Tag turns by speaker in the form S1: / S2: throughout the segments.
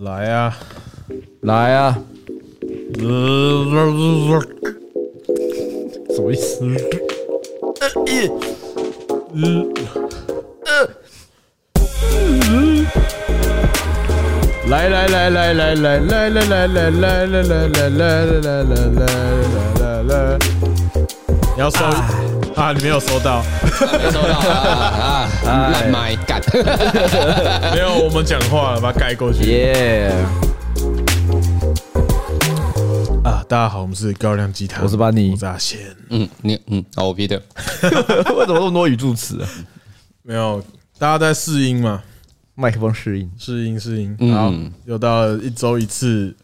S1: 来呀、
S2: 来呀、啊，什么意思？来来来来来来来来来来来来来来来来来来来来，
S1: 你要收啊你没有收到，
S3: 没收到啊啊！烂麦干，
S1: 没有我们讲话了，把它盖过去
S2: 耶！
S1: 啊！大家好，我们是高粱鸡汤，
S2: 我是班尼
S1: 我是阿贤。
S3: 嗯，你嗯，好，我 Peter，
S2: 为什么那么多语助词啊？
S1: 没有，大家在试音嘛？
S2: 麦克风适应，
S1: 试音试音，
S3: 嗯
S1: 好，又到了一周一次。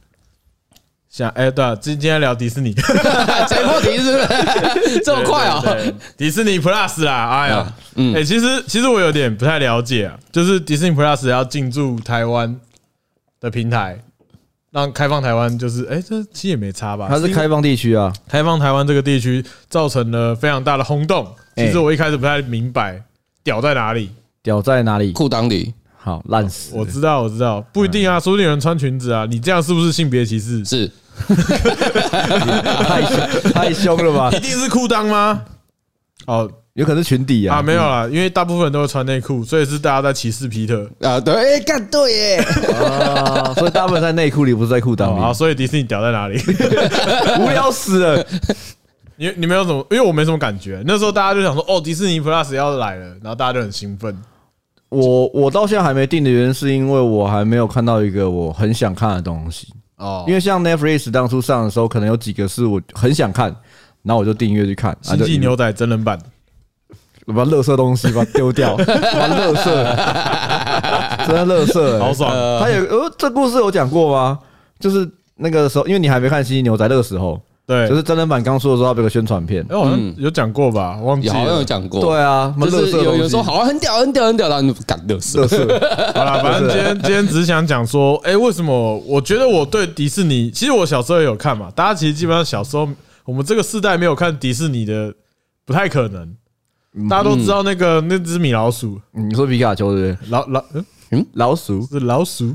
S1: 想哎、对啊，今天聊迪士尼，
S3: 陈哎破题是不是这么快
S1: 对对
S3: 哦？
S1: 对迪士尼 Plus 啦，哎呀，嗯，
S3: 嗯
S1: 哎、其实其实我有点不太了解啊，就是迪士尼 Plus 要进驻台湾的平台，让开放台湾，就是哎、这其实也没差吧？
S2: 它是
S1: 因为
S2: 开放地区啊，
S1: 开放台湾这个地区，造成了非常大的轰动。
S2: 哎
S1: 其实我一开始不太明白屌在哪里，
S2: 屌在哪里？
S3: 裤裆里
S2: 好烂死了，
S1: 我知道我知道，不一定啊，说不定有人穿裙子啊，你这样是不是性别歧视？
S3: 是
S2: 太凶太凶了吧
S1: 一？定是裤裆吗？哦
S2: 有可能是裙底啊
S1: 啊，没有啦，因为大部分人都会穿内裤，所以是大家在歧视皮特。
S3: 啊，对，哎，干对耶，
S2: 啊，所以大部分在内裤里，不是在裤裆
S1: 哦，好，
S2: 里。
S1: 所以迪士尼屌在哪里？
S2: 无聊死了，
S1: 你你没有什么，因为我没什么感觉。那时候大家就想说，哦，迪士尼 Plus 要来了，然后大家就很兴奋。
S2: 我我到现在还没定的原因，是因为我还没有看到一个我很想看的东西。
S3: 哦
S2: 因，为像 Netflix 当初上的时候，可能有几个是我很想看，然后我就订阅去看。啊
S1: 《星际牛仔》真人版，
S2: 就把垃圾东西把它丢 掉，把垃圾，真的垃圾、欸
S1: 好爽！
S2: 他有呃，这故事有讲过吗？就是那个时候，因为你还没看《星际牛仔》那个时候，
S1: 对
S2: 就，是真人版刚出的时候，它有个宣传片。
S1: 哎，好像
S3: 嗯
S1: 有讲过吧？忘记
S3: 有好像有
S1: 了。
S3: 讲过，
S2: 对啊，什么
S3: 哦就是
S2: 垃圾
S3: 有有
S2: 东
S3: 时候
S2: 西，
S3: 好像很屌很屌很屌，然后你干乐死
S2: 垃，圾，
S1: 好了，反正今天今天只是想讲说，哎，为什么我觉得我对迪士尼，其实我小时候也有看嘛。大家其实基本上小时候，我们这个世代没有看迪士尼的，不太可能。大家都知道那个那只米老鼠，
S2: 嗯你说皮卡丘对不对？
S1: 老老嗯
S2: 老鼠，
S1: 是老鼠，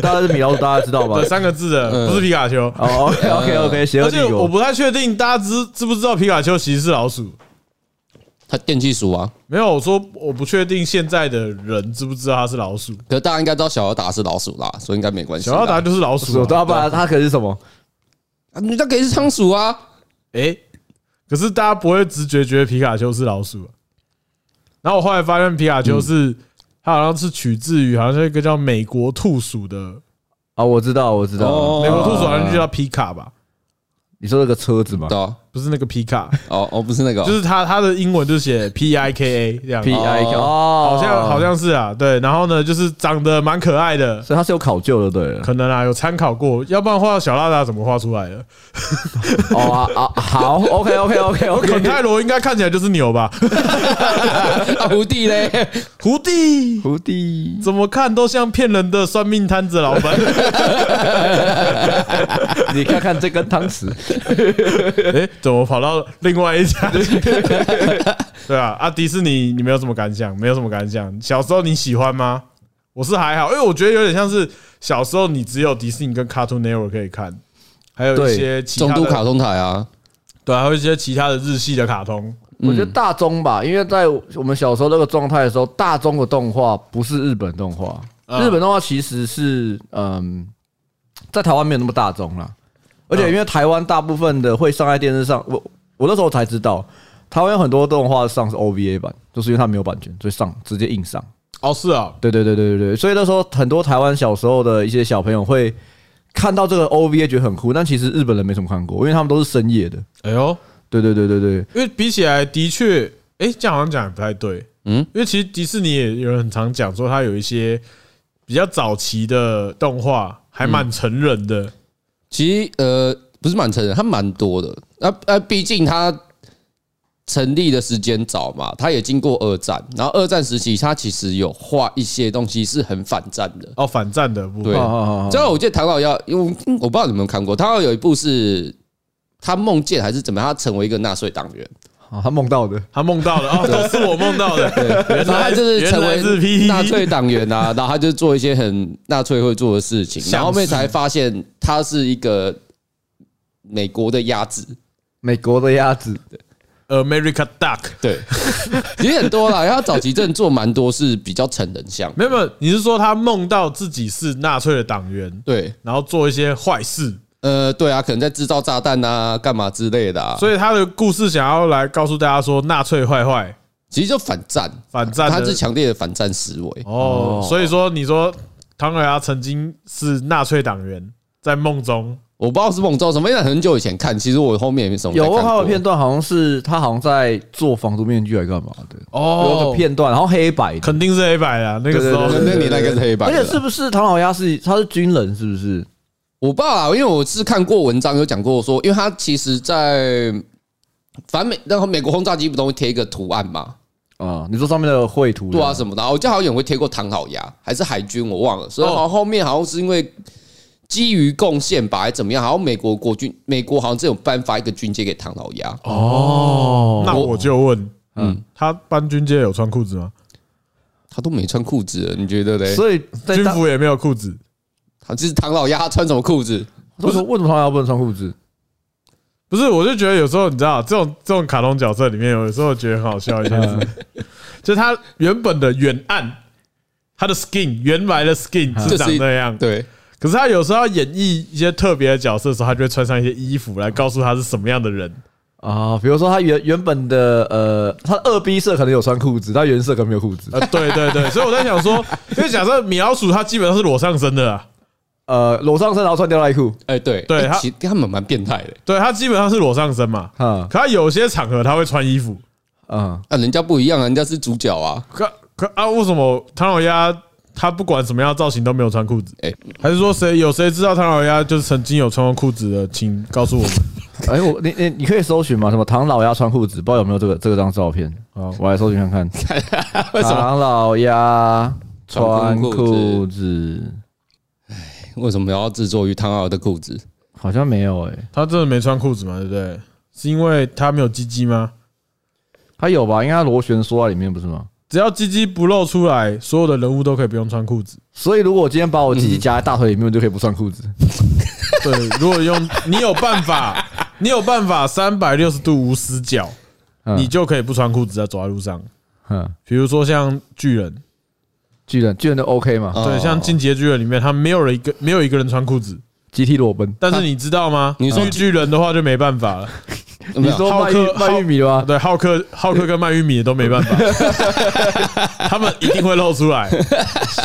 S2: 大家是米老鼠，大家知道吧
S1: 对，？三个字的，不是皮卡丘。
S2: 哦，OK OK OK，邪
S1: 而
S2: 恶
S1: 且
S2: 帝
S1: 我
S2: 国，
S1: 不太确定大家知知不知道皮卡丘其实是老鼠。
S3: 他电技鼠啊，
S1: 没有，我说我不确定现在的人知不知道它是老鼠。
S3: 可是大家应该知道小奥达是老鼠啦，所以应该没关系
S1: 小
S3: 啦。
S1: 奥达就是老鼠
S2: 我
S1: 啊、
S2: 都要把它可能是什么？
S3: 啊，你那可以是仓鼠啊，
S1: 诶，可是大家不会直觉觉得皮卡丘是老鼠啊、然后我后来发现皮卡丘是、它好像是取自于好像是一个叫美国兔鼠的，
S2: 啊，我知道，我知道
S3: 哦，
S1: 美国兔鼠好像就叫皮卡吧，
S2: 你说那个车子嘛
S3: 对啊，
S1: 不是那个皮卡，
S3: 哦哦，不是那个哦，
S1: 就是它它的英文就写 P I K A 这样
S2: ，P。I Q，
S3: 哦
S2: 哦，
S1: 好像好，像是啊，对，然后呢，就是长得蛮可爱的，
S2: 所以它是有考究的，对了。
S1: 可能啊有参考过，要不然画小拉达怎么画出来的？
S2: 哦啊啊， 好，OK OK OK
S1: 肯
S2: OK，
S1: 泰罗应该看起来就是牛吧？
S3: 啊，胡弟嘞，
S1: 胡弟
S2: 徒弟，
S1: 怎么看都像骗人的算命摊子老 板。
S2: 你看看这根汤匙，
S1: 哎，怎么跑到另外一家？ 对啊，啊，迪士尼你没有什么感想？没有什么感想？小时候你喜欢吗？我是还好，因为我觉得有点像是小时候你只有迪士尼跟 Cartoon Network 可以看，还有一
S2: 对
S1: 些其
S3: 中
S1: 他
S3: 都卡
S1: 的，
S3: 通台啊，
S1: 对，还有一些其他的日系的卡通。
S2: 我觉得大中吧，因为在我们小时候那个状态的时候，大中的动画不是日本动画，
S1: 嗯
S2: 日本动画其实是嗯，在台湾没有那么大众啦，而且因为台湾大部分的会上在电视上，我我那时候才知道，台湾有很多动画上是 OVA 版，就是因为它没有版权，所以上直接硬上。
S1: 哦，是啊，
S2: 对对对对对对，所以那时候很多台湾小时候的一些小朋友会看到这个 OVA 觉得很酷，但其实日本人没什么看过，因为他们都是深夜的。
S1: 哎呦，
S2: 对对对对对，
S1: 因为比起来的确，哎、这样好像讲也不太对，嗯
S3: 嗯，
S1: 因为其实迪士尼也有人很常讲说，它有一些比较早期的动画还蛮成人的，
S3: 嗯其实呃不是蛮成人，他蛮多的。那呃，毕竟他成立的时间早嘛，他也经过二战，然后二战时期他其实有画一些东西是很反战的。
S1: 哦，反战的部分
S3: 对
S2: 好好
S1: 哦
S2: 好好
S3: 最后我记得唐老鸭，因为我不 知道你们有没有看过，他有一部是他梦见还是怎么样，他成为一个纳粹党员，
S2: 哦他梦到的，
S1: 他梦到了哦，都是我梦到 的。原
S3: 然后他
S1: 来
S3: 就是成
S1: 原来是
S3: 为
S1: P E
S3: 纳粹党员啊，然后他就做一些很纳粹会做的事情，
S1: 像
S3: 然后后面
S1: 是
S3: 才发现他是一个美国的鸭子，
S2: 美国的鸭子，
S1: America Duck。
S3: 对，其实很多啦，因为他早期真的做蛮多是比较成人向，
S1: 没有没有，你是说他梦到自己是纳粹的党员，
S3: 对，
S1: 然后做一些坏事，
S3: 呃，对啊，可能在制造炸弹啊，干嘛之类的啊，
S1: 所以他的故事想要来告诉大家说纳粹坏坏
S3: 其实就反战，
S1: 反战的
S3: 他是强烈的反战思维，
S1: 哦
S2: 哦。
S1: 所以说你说唐尔牙曾经是纳粹党员，在梦中
S3: 我不知道是梦中什么，因为很久以前看，其实我后面也没什么
S2: 有啊
S3: 再
S2: 我
S3: 看
S2: 还
S3: 过
S2: 有片段，好像是他好像在做防毒面具来干嘛的，有个
S1: 哦，
S2: 片段，然后黑白的，
S1: 肯定是黑白的啊，那个时候
S2: 对对对
S3: 哦那你那个是黑白
S2: 而
S3: 的，
S2: 且是不是唐老鸭是他是军人是不是？
S3: 我爸啦，因为我是看过文章有讲过说，因为他其实在反正美然后美国轰炸机不都会贴一个图案嘛，
S2: 啊，你说上面的绘图的
S3: 对啊什么的，我记得好像有人会贴过唐好牙还是海军我忘了，所以好像后面好像是因为基于贡献吧，还是怎么样，好像美国国军美国好像只有颁发一个军阶给唐老鸭，
S2: 哦，
S1: 那我就问，
S3: 嗯
S1: 嗯，他搬军阶有穿裤子吗？
S3: 他都没穿裤子了，你觉得嘞？
S2: 所以在
S1: 军
S2: 大
S1: 服也没有裤子，
S3: 他就是唐老鸭他穿什么裤子？
S2: 为什么为什么唐老鸭不能穿裤子？
S1: 不是，我就觉得有时候你知道，这种这种卡通角色里面，有时候觉得很好笑一件事，
S2: 嗯
S1: 就是他原本的原案，他的 skin 原来的 skin
S2: 嗯
S3: 就是
S1: 长那样，
S3: 对，
S1: 可是他有时候要演绎一些特别的角色的时候，他就会穿上一些衣服来告诉他是什么样的人。
S2: 啊，比如说他原原本的呃，他二 B 色可能有穿裤子，他原色可能没有裤子。
S1: 呃，对对对，所以我在想说，因为假设米老鼠它基本上是裸上身的啊，
S2: 呃，裸上身然后穿吊带裤，
S3: 哎对，
S1: 对
S3: 哎
S1: 他
S3: 其实他们蛮变态的，
S1: 对，它基本上是裸上身嘛。
S2: 哈，
S1: 可它有些场合它会穿衣服，
S2: 嗯，
S3: 啊，人家不一样啊，人家是主角啊，
S1: 可可啊，为什么唐老鸭他不管什么样的造型都没有穿裤子？
S3: 哎
S1: 还是说谁有谁知道唐老鸭就是曾经有穿过裤子的，请告诉我们。
S2: 哎，我你你你可以搜寻嘛，什么唐老鸭穿裤子，不知道有没有这个这个张照片？
S1: 好
S2: 我来搜寻看看。
S3: 哦 为什么？
S2: 唐老鸭穿
S3: 穿裤
S2: 裤子，
S3: 为什么要制作于唐老鸭的裤子？
S2: 好像没有哎、
S1: 他真的没穿裤子吗？对不对？是因为他没有鸡鸡吗？
S2: 他有吧？应该他螺旋缩在里面不是吗？
S1: 只要鸡鸡不露出来，所有的人物都可以不用穿裤子。
S2: 所以如果我今天把我鸡鸡夹在大腿里面，我就可以不穿裤子。
S1: 对，如果用你有办法，你有办法三百六十度无死角，
S2: 嗯
S1: 你就可以不穿裤子在走在路上。
S2: 嗯，
S1: 比如说像巨人，
S2: 巨人巨人都 OK 嘛？
S3: 哦
S1: 对，像进阶巨人里面，他没有人一个没有一个人穿裤子。
S2: 集体裸奔。
S1: 但是你知道吗？
S3: 你说
S1: 巨巨人的话就没办法了。
S3: 没
S2: 你
S3: 有
S2: 说
S1: 浩
S2: 卖
S1: 克
S2: 玉卖玉米的吗？
S1: 对，浩克、浩克跟卖玉米的都没办法，他们一定会露出来。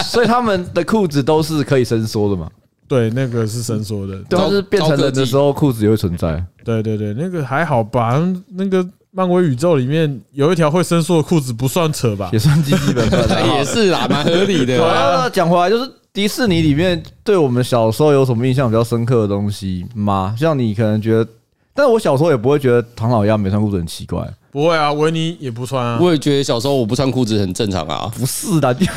S2: 所以他们的裤子都是可以伸缩的 嘛？
S1: 对，那个是伸缩的。
S2: 对，
S3: 高
S2: 就是变成人的时候，裤子也会存在。
S1: 对对对，那个还好吧。那个漫威宇宙里面有一条会伸缩的裤子，不算扯吧
S2: 也？算基基本分
S3: 那 也
S2: 了。
S3: 是啦，蛮合理 的
S2: 我
S3: 啦。
S2: 要啊讲回来，就是迪士尼里面对我们小时候有什么印象比较深刻的东西吗？像你可能觉得，但是我小时候也不会觉得唐老鸭没穿裤子很奇怪，
S1: 不会啊，维尼也不穿啊。
S3: 我也觉得小时候我不穿裤子很正常啊。
S2: 不是的，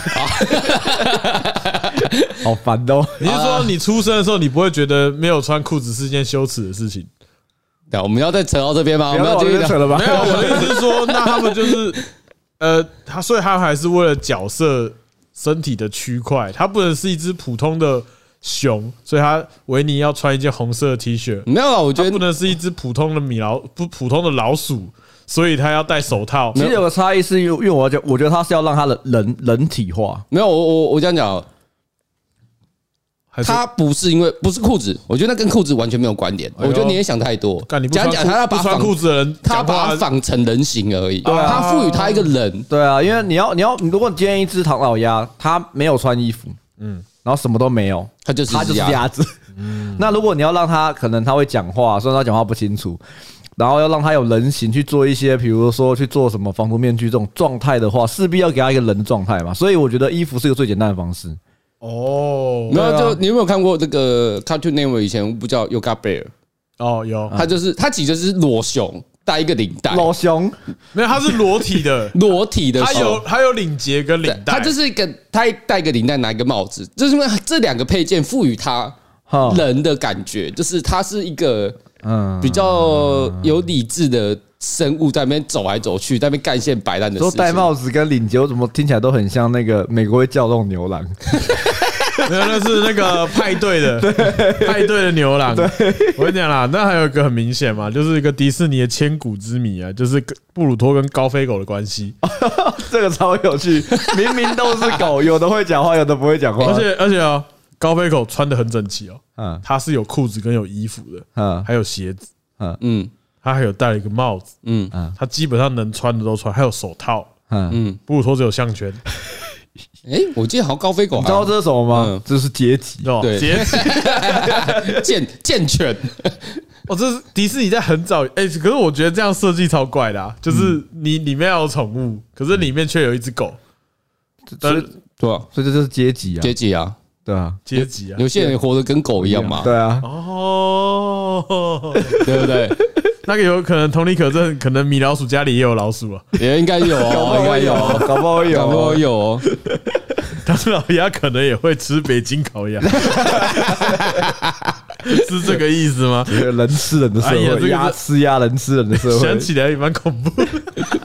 S2: 好烦哦。
S1: 你是说你出生的时候，你不会觉得没有穿裤子是一件羞耻的事情？
S3: 对啊，我们要再扯到这边吗？
S2: 不
S3: 我
S2: 要再
S3: 们要
S2: 往这
S3: 继续
S2: 边扯
S3: 聊。
S2: 了
S1: 没？
S2: 吧
S1: 有，我的意思是 说，那他们就是呃，他所以他还是为了角色身体的区块，他不能是一只普通的熊，所以他维尼要穿一件红色的 T 恤，
S3: 没有啦，嗯我觉
S1: 他
S3: 得
S1: 不能是一只普通的米老不普通的老鼠，所以他要戴手套。
S2: 其实有个差异是因为，因为我觉得我觉得他是要让他的人人体化，
S3: 没有，我我我这样讲，哦
S1: 还是
S3: 他不是因为不是裤子，我觉得那跟裤子完全没有关联。
S1: 哎呦
S3: 我觉得你也想太多
S1: 干你。不
S3: 讲
S1: 穿
S3: 讲他要
S1: 裤不
S3: 把它
S1: 穿
S3: 仿
S1: 裤，子的人，
S3: 他
S1: 讲话
S3: 把它仿成人形而已。
S1: 啊
S3: 他赋予他一个人，
S2: 对啊，因为你要你要，如果你今天一只唐老鸭，它没有穿衣服，嗯，然后什么都没有，
S3: 他就是
S2: 它就是
S3: 鸭
S2: 鸭子。那如果你要让它，可能它会讲话，虽然它讲话不清楚，然后要让它有人形去做一些，比如说去做什么防毒面具这种状态的话，势必要给它一个人的状态嘛。所以我觉得衣服是一个最简单的方式。
S1: 哦
S3: 没有，
S2: 对啊
S3: 就你有没有看过那个 Cartoon Network 以前不叫 Yoga Bear？
S1: 哦有
S3: 他就是他其实就是裸熊，带一个领带，，
S2: 老熊，
S1: 没有？他是裸体的
S3: 裸体的
S1: 他
S3: 手
S1: 有他有领结跟领带，
S3: 他就是一个，他戴一个领带，拿一个帽子，就是因为这两个配件赋予他
S1: 哦
S2: 哈，
S3: 人的感觉，就是他是一个
S2: 嗯
S3: 比较有理智的生物在那边走来走去，在那边干一些很摆烂的事
S2: 说
S3: 情。
S2: 戴帽子跟领结，我怎么听起来都很像那个美国会叫那种牛郎？
S1: 没有，那是那个派对的，派 对的牛郎。我跟你讲啦，那还有一个很明显嘛，就是一个迪士尼的千古之谜啊，就是布鲁托跟高飞狗的关系。
S2: 这个超有趣，明明都是狗，有的会讲话，有的不会讲话。
S1: 而，且而且哦，高飞狗穿的很整齐哦，
S2: 嗯
S1: 它是有裤子跟有衣服的，
S2: 嗯
S1: 还有鞋子，
S3: 嗯
S1: 它还有戴了一个帽子，
S3: 嗯
S1: 它基本上能穿的都穿，还有手套。
S2: 嗯，
S3: 嗯，
S1: 布鲁托只有项 圈，
S3: 哎、我记得好像高飞狗啊
S2: 你知道
S3: 还
S2: 这是什么吗
S3: 嗯？
S2: 这是阶级。
S1: 哦，
S3: 对
S1: 鞋子
S3: 健健犬，
S1: 哦，这是迪士尼在很早哎、可是我觉得这样设计超怪的、啊，就是你里面要有宠物，可是里面却有一只狗，
S2: 所以
S1: 但
S3: 对吧、啊？
S2: 所以这就是阶级啊
S3: 阶，级啊，
S2: 对啊，
S1: 阶级啊，
S3: 有些人活得跟狗一样嘛，
S2: 对啊，
S1: 哦，
S3: 对不对？
S1: 那个有可能同理可证，可能米老鼠家里也有老鼠 啊，
S3: 也应该有
S2: 搞不
S3: 哦，
S2: 好
S3: 应该
S2: 会
S3: 有
S2: 有啊
S3: 哦，，
S2: 搞不好会有
S3: 搞不好
S2: 哦，
S3: 有哦。
S1: 唐老鸭可能也会吃北京烤 鸭，是这个意思吗？
S2: 一个人吃人的社
S1: 哎呀这个
S2: 会，
S1: 是
S2: 鸭吃鸭，人吃人的社
S1: 想
S2: 会。
S1: 起来也蛮恐 怖。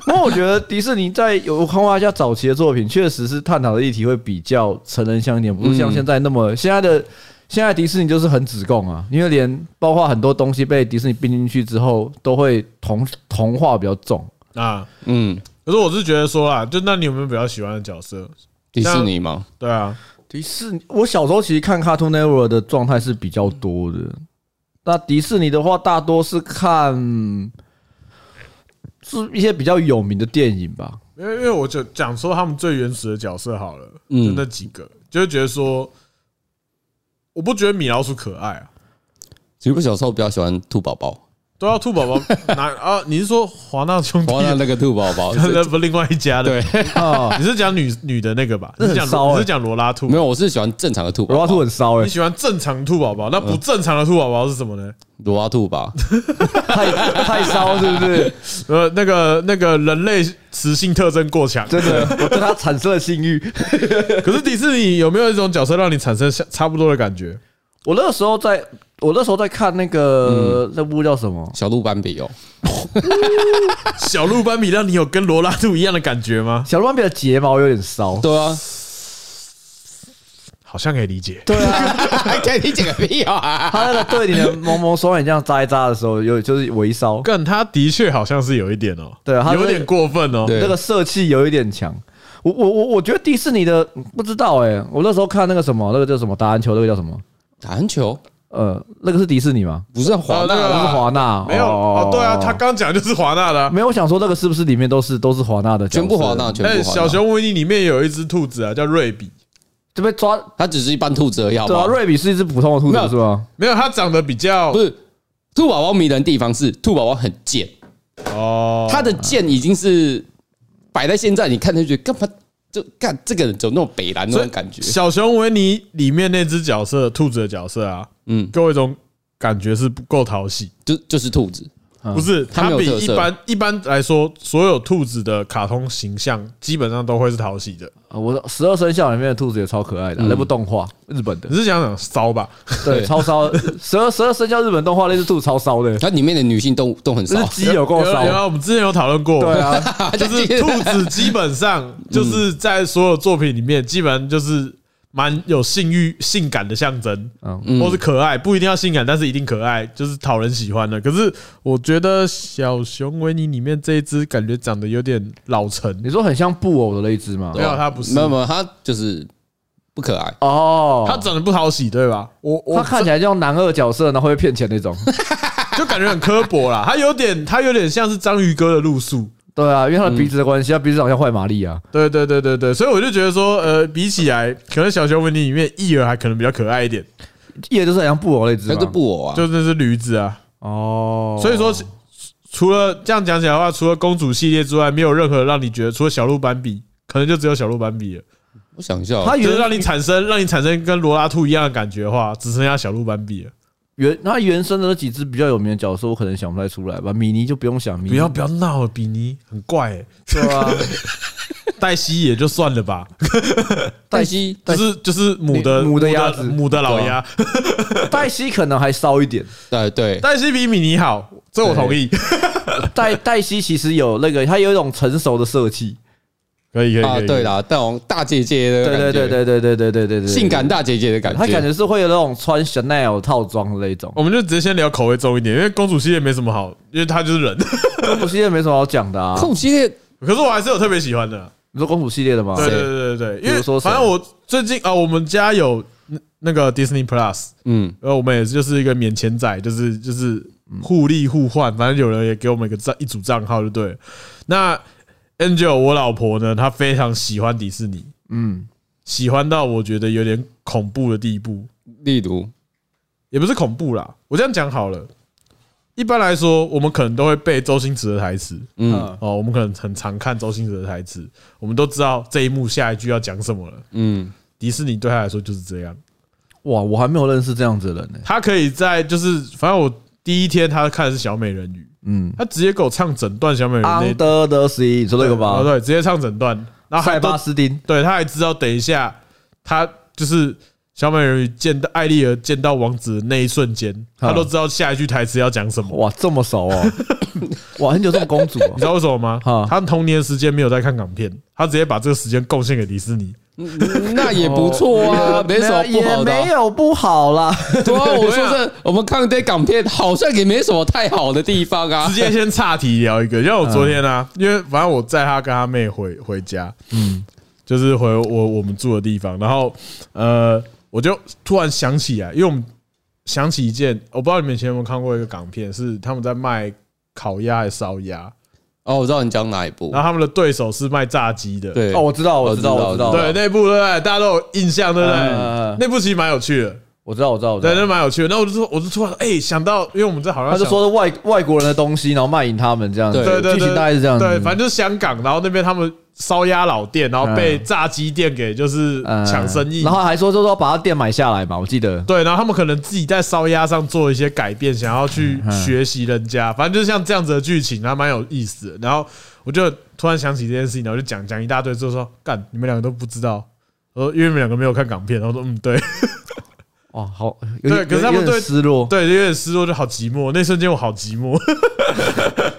S2: 不过我觉得迪士尼在有我看过一下早期的作品，确实是探讨的议题会比较成人向一点，不是像现在那么现在的现在迪士尼就是很子供啊，因为连包括很多东西被迪士尼并进去之后，都会同同化比较重。
S1: 啊！
S3: 嗯，
S1: 可是我是觉得说啦，就那你有没有比较喜欢的角色？
S3: 迪士尼嘛，
S1: 对啊，
S2: 迪士尼，我小时候其实看 Cartoon Network 的状态是比较多的。那迪士尼的话，大多是看是一些比较有名的电影吧。
S1: 因为因为我就讲说他们最原始的角色好了，
S3: 嗯
S1: 就那几个，就会觉得说，我不觉得米老鼠可爱啊。
S3: 其实我小时候比较喜欢兔宝宝，
S1: 都要兔宝宝拿 啊？你是说华纳兄弟
S3: 我？那个兔宝 宝，
S1: 那不另外一家的？
S3: 对，
S2: 啊，
S1: 你是讲女女的那个吧？你
S2: 那
S1: 是
S2: 很
S1: 讲
S2: 骚欸
S1: 你是讲罗拉兔
S3: 没？有，我是喜欢正常的兔宝
S2: 罗拉
S3: 宝，
S2: 兔很骚哎、
S1: 你喜欢正常兔宝宝？那
S2: 嗯
S1: 不正常的兔宝宝是什么呢？
S3: 罗拉兔吧，
S2: 太太骚是不是？
S1: 呃，那个那个人类雌性特征过强。
S2: 真 的，我对它产生了性欲。
S1: 可是迪士尼有没有一种角色让你产生像差不多的感觉？
S2: 我那个时候在，我那时候在看那个、那部叫什么？
S3: 小鹿斑比哦，
S1: 小鹿斑比让你有跟罗拉兔一样的感觉吗？
S2: 小鹿斑比的睫毛有点骚，
S3: 对啊，
S1: 好像可以理解。
S2: 对啊，
S3: 给你剪个屁啊！
S2: 他那个对你的蒙蒙双眼这样扎一扎的时候，有就是微骚，
S1: 但他的确好像是有一点哦，
S2: 对他是
S1: 有点过分哦。
S3: 对
S2: 那个色气有一点强。我我我我觉得迪士尼的不知道哎、我那时候看那个什么，那个叫什么打篮球，那个叫什么？
S3: 打篮球
S2: 呃，那个是迪士尼吗？
S3: 不是华纳
S1: 啊那个
S3: 啦，
S2: 是华纳？
S1: 没有哦，对啊，他刚讲就是华纳的啊。
S2: 没有我想说那个是不是里面都是都是华纳的角色？
S3: 全部华纳，
S2: 嗯
S3: 全
S1: 哎，
S3: 部华纳。
S1: 小熊维尼里面有一只兔子啊，叫瑞比，
S2: 就被抓。
S3: 它只是一般兔子而已，好不
S2: 对啊，
S3: 好？
S2: 瑞比是一只普通的兔
S3: 没有
S2: 子是吧？
S1: 没有，它长得比较
S3: 不是兔宝宝迷人的地方是兔宝宝很贱，
S1: 哦，
S3: 它的贱已经是摆在现在，你看他就觉得干嘛？就干这个人走那种北蓝那种感觉，
S1: 小熊维尼里面那只角色，兔子的角色啊，
S3: 嗯，
S1: 给我一种感觉是不够讨喜，
S3: 就就是兔子，
S1: 不是？它
S3: 它没有
S1: 比
S3: 特色
S1: 一般一般来说，所有兔子的卡通形象基本上都会是讨喜的。
S2: 啊我十二生肖里面的兔子也超可爱的，啊
S1: 嗯
S2: 那部动画日本的
S1: 你，是想想骚吧？
S2: 对，
S3: 对
S2: 超骚。十二十二生肖日本动画那只兔子超骚的，
S3: 它里面的女性都都很
S2: 这是
S3: 少，
S2: 鸡有够
S1: 有有
S2: 骚。
S1: 啊，我们之前有讨论过，
S2: 对啊，
S1: 就是 兔子基本
S3: 嗯
S1: 上就是在所有作品里面，基本上就是蛮有性欲、性感的象征，
S2: 嗯
S1: 或是可爱，不一定要性感，但是一定可爱，就是讨人喜欢的。可是我觉得小熊维尼里面这一只感觉长得有点老成，
S2: 你说很像布偶的那一只吗
S1: 没？有它不是
S3: 没，有没有，它就是不可爱。
S2: 哦，
S1: 它长得不讨喜，对吧？我我
S2: 他看起来像男二角色，然后会骗钱那 种。
S1: 就感觉很刻薄啦，它有点它有点像是章鱼哥的路数。
S2: 对啊，因为他的鼻子的关系，他鼻子长得像坏玛丽啊。
S1: 对对对对对，所以我就觉得说，呃，比起来，可能小熊维尼里面益儿还可能比较可爱一点，
S2: 也就是很像布偶那只
S3: 它
S2: 嘛。
S3: 是布偶啊，
S1: 就那只驴子啊，
S2: 哦，
S1: 所以说，除除了这样讲起来的话，除了公主系列之外，没有任何让你觉得，除了小鹿斑比，可能就只有小鹿斑比了。
S3: 我想一下哦，
S2: 他
S1: 就是让
S2: 原
S1: 你产生让你产生跟罗拉兔一样的感觉的话，只剩下小鹿斑比了。
S2: 原他原生的那几只比较有名的角色，我可能想不太出来吧。米妮就不用想，米妮
S1: 不要不要闹了，比尼很怪、欸，
S2: 对 啊，
S1: 黛西也就算了吧，
S3: 黛西
S1: 就是就是母的
S2: 母的鸭子
S1: 母的老鸭，
S2: 黛西可能还骚一点，
S3: 对对，
S1: 黛西比米妮好，这我同意。
S2: 黛黛西其实有那个，它有一种成熟的色气。
S1: 可以可以
S3: 啊，
S1: 可以，
S3: 对，啦，那种大姐姐的
S2: 对
S3: 感觉
S2: 对对对对对对对对对，
S3: 性感大姐姐的感觉，
S2: 他感觉是会有那种穿 Chanel 套装的那种。
S1: 我们就直接先聊口味重一点，因为公主系列没什么好，因为它就是人。
S2: 公主系列没什么好讲的啊。
S3: 控系列
S1: 可是我还是有特别喜欢的，啊
S2: 你说公主系列的吗？
S1: 对对对对对，因
S2: 比
S1: 为
S2: 如说谁
S1: 反正我最近啊，我们家有那那个 Disney Plus，
S3: 嗯，
S1: 然后我们也就是一个免钱仔，就是就是互利互换，反正有人也给我们一个账一组账号就对了。那 Angel 我老婆呢，她非常喜欢迪士尼，
S2: 嗯，
S1: 喜欢到我觉得有点恐怖的地步，
S3: 例如
S1: 也不是恐怖啦，我这样讲好了。一般来说，我们可能都会背周星驰的台词
S3: 嗯
S2: 嗯，
S1: 哦，我们可能很常看周星驰的台词，我们都知道这一幕下一句要讲什么了。
S3: 嗯，
S1: 迪士尼对他来说就是这样，
S2: 哇，我还没有认识这样子的人呢。
S1: 他可以在就是反正我第一天他看的是小美人鱼，
S2: 嗯
S1: 他直接给我唱整段小美人鱼那
S2: Under the Sea，你说那个
S1: 哦
S2: 吧？
S1: 对，啊直接唱整段，然后
S2: 塞
S1: 还
S2: 巴
S1: 都
S2: 斯汀，
S1: 对，他还知道等一下他就是小美人鱼见到艾丽儿见到王子的那一瞬间，他都知道下一句台词要讲什么。
S2: 哇，这么熟 哦！哇，很久这么公主哦
S1: 你知。道为什么吗
S2: 哈？
S1: 他童年时间没有在看港片，他直接把这个时间贡献给迪士尼。
S3: 嗯那也不错啊，没什么不好
S2: 也
S3: 的
S2: 没
S3: 啊。
S2: 有不好啦。
S3: 对 啊，我说这我们看这港片好像也没什么太好的地方 啊
S1: 直。接先岔题聊一个，因为我昨天啊，因为反正我载他跟他妹回回家，嗯，就是回我我们住的地方，然后呃，我就突然想起来，因为我们想起一件，我不知道你们以前有没有看过一个港片，是他们在卖烤鸭还是烧鸭，
S3: 哦，我知道你讲哪一部
S1: 然，后他们的对手是卖炸鸡的，
S3: 对
S2: 哦，我知道，我知道，
S3: 我
S2: 我
S3: 知
S2: 知
S3: 道
S2: 道，
S1: 对那部对不对？大家都有印象对不对
S2: 嗯嗯嗯？
S1: 那部其实蛮有趣的，
S2: 我知道，我知道，我知
S1: 对，那
S2: 道。
S1: 蛮有趣的。那我就说，我就突然哎想到，因为我们在好像
S2: 他就
S1: 想
S2: 说是外外国人的东西，然后卖淫他们这样子，
S3: 对
S1: 对对
S2: 剧
S1: 对，
S2: 情大概是这样子。
S1: 对，反正就是香港，然后那边他们烧鸭老店，然后被炸鸡店给就是
S2: 嗯
S1: 抢生意
S2: 然。后还说就说把他店买下来嘛，我记得。
S1: 对，然后他们可能自己在烧鸭上做一些改变，想要去学习人
S2: 嗯
S1: 家，反正就是像这样子的剧情，然后蛮有意思的。然后我就突然想起这件事情，然后就讲讲一大堆，就说干，你们两个都不知道。我说因为你们两个没有看港片，然后说嗯对
S2: 哇，好，有
S1: 对
S2: 点
S1: 可是他们
S2: 有点
S1: 对
S2: 失落，
S1: 对，有点失落，就好寂寞。那瞬间我好寂寞。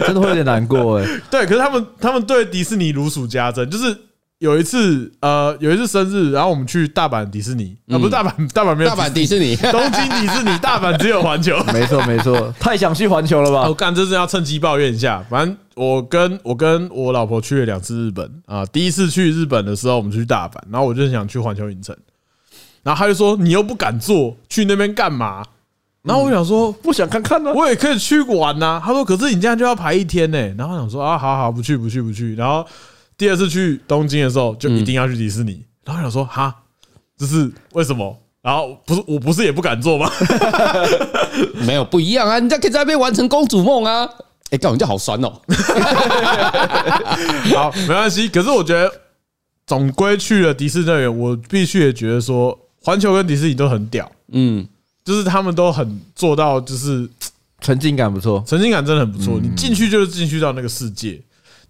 S2: 真的会有点难过 哎。
S1: 对，可是他们他们对迪士尼如数家珍，就是有一次呃有一次生日，然后我们去大阪迪士尼，啊不是大阪大阪没有
S3: 嗯大阪哦迪士尼。
S1: 尼，东京迪士尼，大阪只有环球。
S2: 没错没错，太想去环球了
S1: 我
S2: 吧？
S1: 干，这是要趁机抱怨一下。反正我跟我跟我老婆去了两次日本啊、第一次去日本的时候，我们去大阪，然后我就想去环球影城，然后他就说你又不敢坐，去那边干嘛？然后我想说，
S2: 不想看看 呢？
S1: 我也可以去玩呐、他说，可是你这样就要排一天呢、然后我想说啊，好好不去不去不去。然后第二次去东京的时候，就一定要去迪士尼。然后我想说哈，这是为什么？然后不是我不是也不敢做吗？
S3: 没有不一样啊，人家可以在那边完成公主梦啊。哎，干我人家好酸哦。
S1: 好，没关系。可是我觉得总归去了迪士尼乐园，我必须也觉得说，环球跟迪士尼都很屌，
S3: 嗯，
S1: 就是他们都很做到，就是
S2: 沉浸感不错，
S1: 沉浸感真的很不
S2: 嗯
S1: 错。你进去就是进去到那个世界。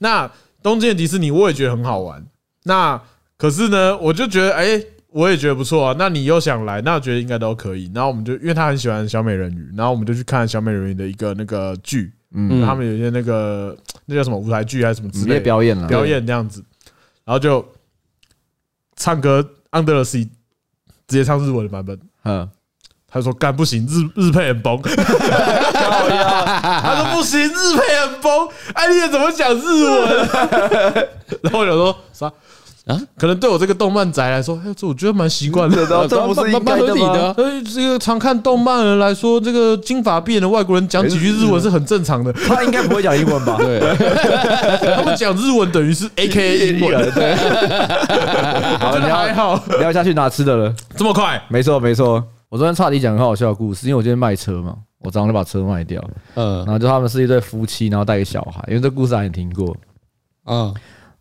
S1: 那东京的迪士尼我也觉得很好玩。那可是呢，我就觉得，哎，我也觉得不错啊。那你又想来，那我觉得应该都可以。然后我们就因为他很喜欢小美人鱼，然后我们就去看小美人鱼的一个那个剧，嗯，他们有一些那个那叫什么舞台剧还是什么之
S2: 职
S1: 类
S2: 业
S1: 的
S2: 嗯表演了，
S1: 表演这样子，然后就唱歌《Under the Sea》，直接唱日文的版本。
S2: 嗯，
S1: 他说：“干不行，日日配很崩。”他说：“不行，日配很崩。”艾丽怎么讲日文？ 然后我想说啥
S3: 啊
S1: 啊？可能对我这个动漫宅来说，哎，这我觉得蛮习惯的。
S2: 这这不是应该
S3: 呃蛮合理的
S2: 吗？
S3: 啊。
S1: 所以哎这个常看动漫的人来说，这个金发碧眼的外国人讲几句日文是很正常 的。
S2: 他应该不会讲英文 吧？
S3: 对，
S1: 他们讲日文等于是 A K A 英文，
S2: 对，
S1: 我
S2: 好，
S1: 觉得还
S2: 聊
S1: 好。
S2: 聊下去拿吃的了。
S1: 这么快，
S2: 没错没错，我昨天差点讲个很好笑的故事，因为我今天卖车嘛，我早上就把车卖掉，
S3: 嗯
S2: 然后就他们是一对夫妻，然后带个小孩，因为这故事还听过。
S3: 嗯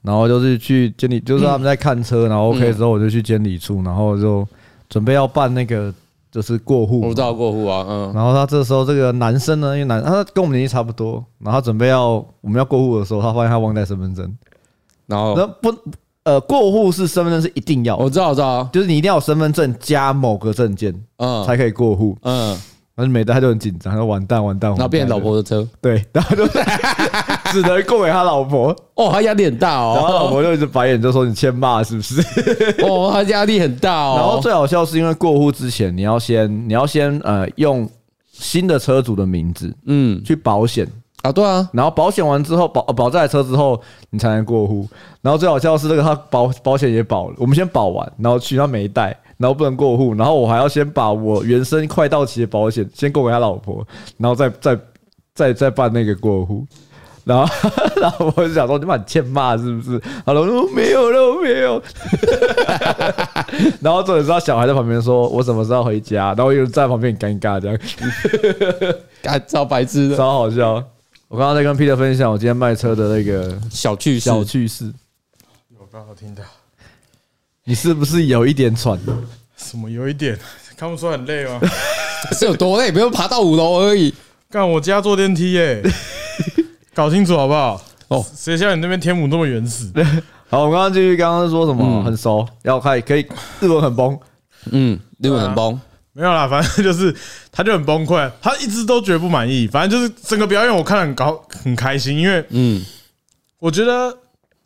S2: 然后就是去监理，就是他们在看车，然后 OK
S3: 嗯
S2: 之后，我就去监理处，然后就准备要办那个就是过户
S3: 我
S2: 嘛
S3: 不知。道过户啊，嗯
S2: 然后他这时候这个男生呢，因为男他跟我们年纪差不多，然后他准备要我们要过户的时候，他发现他忘带身份证。
S3: 然后
S2: 那不呃，过户是身份证是一定要
S3: 我
S2: 的，
S3: 知道我知道啊，
S2: 就是你一定要有身份证加某个证件
S3: 嗯
S2: 才可以过户。
S3: 嗯
S2: 反正每代他就很紧张，他说完蛋完蛋，完
S3: 然后
S2: 蛋
S3: 变成老婆的车，
S2: 对， 然后就只能供给他老婆，
S3: 哦，他压力很大
S2: 然后老
S3: 哦，
S2: 婆就一直白眼，就说你欠骂是不是？
S3: 哦，他压力很大哦。
S2: 然后最好笑是因为过户之前，你要先你要先呃用新的车主的名字
S3: 嗯
S2: 去保险，
S3: 啊，对啊，
S2: 然后保险完之后保呃保这台车之后，你才能过户。然后最好笑的是那个他保保险也保了，我们先保完，然后去他没带，然后不能过户，然后我还要先把我原生快到期的保险先过给他老婆，然后再再再再办那个过户。然后， 然后我就想说，你妈你欠骂是不是？好了，我说嗯没有了，我没有。 然后重点是他小孩在旁边说：“我什么时候回家？”然后又在旁边很尴尬这样。
S3: 干超白痴的
S2: 超好笑。我刚刚在跟 Peter 分享我今天卖车的那个
S3: 小趣事，
S2: 小趣事，
S1: 有刚好听到，
S2: 你是不是有一点喘？
S1: 什么有一点看不出来很累吗？
S3: 是有多累？不用爬到五楼而已。
S1: 干我家坐电梯耶、搞清楚好不好？
S3: 哦
S1: 哦，谁像你那边天母这么原始？
S2: 好，我刚刚继续，刚刚说什么？
S3: 嗯
S2: 很熟，要开可以日文很崩，
S3: 嗯，日本很崩，
S1: 没有啦，反正就是他就很崩溃，他一直都觉得不满意。反正就是整个表演我看得很高很开心，因为
S3: 嗯
S1: 我觉得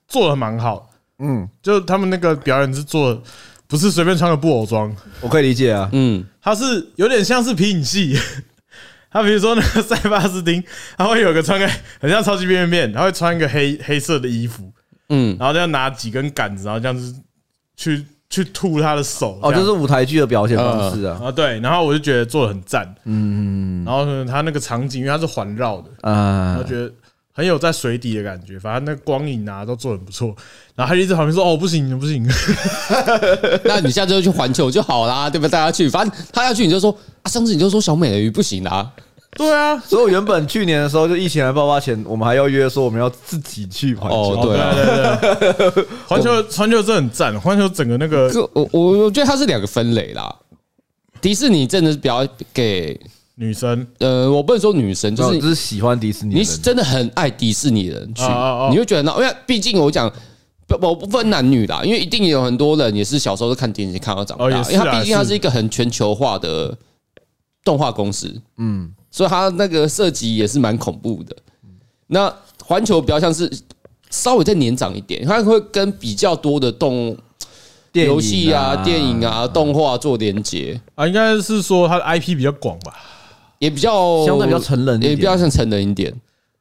S1: 做的蛮好。
S2: 嗯，
S1: 就他们那个表演是做的，不是随便穿个布偶装，
S2: 我可以理解啊。
S3: 嗯，
S1: 他是有点像是皮影戏。 他比如说那个塞巴斯汀，他会有个穿个很像超级变变变，他会穿一个黑黑色的衣服，
S3: 嗯，
S1: 然后这样拿几根杆子，然后这样子去去吐他的手。
S2: 哦，
S1: 这样
S2: 就是舞台剧的表现方式啊，
S1: 啊，对，然后我就觉得做的很赞，嗯，然后呢，他那个场景因为它是环绕的，
S2: 啊
S1: 我，觉得很有在水底的感觉，反正那个光影啊都做的很不错，然后他就一直在旁边说哦不行不行，
S3: 那你下次就去环球就好啦，对吧？带他去，反正他要去你就说啊，上次你就说小美人鱼不行啦，
S1: 对啊，
S2: 所以我原本去年的时候，就疫情还爆发前，我们还要约说我们要自己去环
S3: 哦
S2: 球，
S3: 对啊
S1: 对对对，环球环球是很赞，环球整个那个
S3: 这我我我觉得它是两个分类啦。迪士尼真的是比较给
S1: 女生
S3: 呃，我不能说女生，就
S2: 就是是就是喜欢迪士尼的
S3: 你
S2: 人，
S3: 真的很爱迪士尼的人去
S1: 哦哦哦，
S3: 你会觉得那，因为毕竟我讲。不，我不分男女啦，因为一定有很多人也是小时候看电视看到长大，
S1: 哦也是啊
S3: 因为它毕竟它
S1: 是
S3: 是一个很全球化的动画公司，嗯，所以它那个涉及也是蛮恐怖的。那环球比较像是稍微再年长一点，它会跟比较多的动
S2: 电影
S3: 游戏啊、电影，啊、动画做连接，
S1: 啊，应该是说它的 IP 比较广吧，
S3: 也比较
S2: 嗯相对比较成人一点
S3: 哦也比较像成人一点。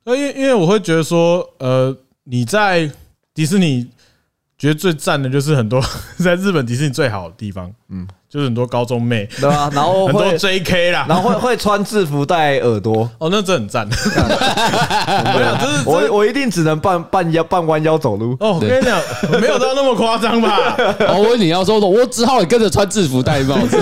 S1: 那因为因为我会觉得说，呃，你在迪士尼觉得最赞的就是很多在日本迪士尼最好的地方，嗯，就是很多高中妹，
S2: 对吧？然后
S1: 很多
S2: 会，
S1: JK 啦，
S2: 然后会会穿制服戴耳朵，
S1: 哦，那真的很赞。没有，就是真的
S2: 我我一定只能半半腰半弯腰走路。
S1: 哦，我跟你讲，没有到那么夸张吧？
S3: 哦，我以为你要说的，我只好跟着穿制服戴帽子。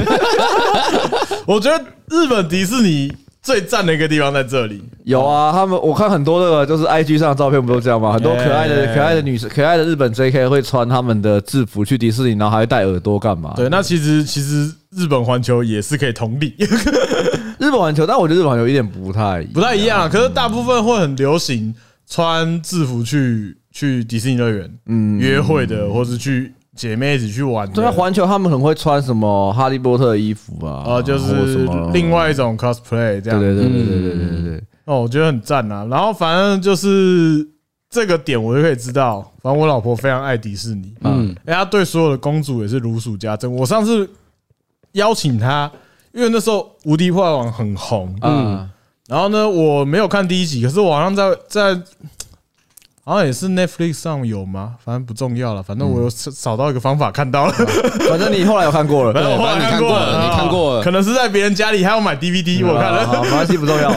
S1: 我觉得日本迪士尼最赞的一个地方在这里，
S2: 有啊，他们我看很多那个就是 IG 上的照片不都这样吗？很多可爱的
S1: 哎
S2: 可爱的女生，可爱的日本 JK 会穿他们的制服去迪士尼，然后还会戴耳朵干嘛？
S1: 对，，那其实其实日本环球也是可以同理，
S2: 日本环球，但我觉得日本环球有一点不太一
S1: 不
S2: 样。
S1: 太一样啊。可是大部分会很流行穿制服去去迪士尼乐园，嗯，约会的，或是去姐妹一起去玩的。
S2: 对啊，环球他们很会穿什么哈利波特的衣服啊，
S1: 呃，就
S2: 或什
S1: 是
S2: 么
S1: 另外一种 cosplay 这
S2: 对
S1: 样。
S2: 对对对对对对对对，
S1: 哦，我觉得很赞啊。然后反正就是这个点，我就可以知道，反正我老婆非常爱迪士尼，
S3: 嗯，
S1: 哎，她对所有的公主也是如数家珍。我上次邀请她，因为那时候《无敌破坏王》很红，
S2: 嗯，
S1: 然后呢，我没有看第一集，可是我好像在在。好像也是 Netflix 上有吗？反正不重要了，反
S3: 嗯
S1: 正我有找到一个方法看到了，
S2: 反正你后来有看过
S1: 反
S2: 了。
S1: 正我后来
S3: 反正你看
S1: 过
S3: 过了你看过了嗯啊
S1: 可能是在别人家里，还要买 DVD，我看
S2: 好，
S1: 了，
S2: 好没关系，不重要。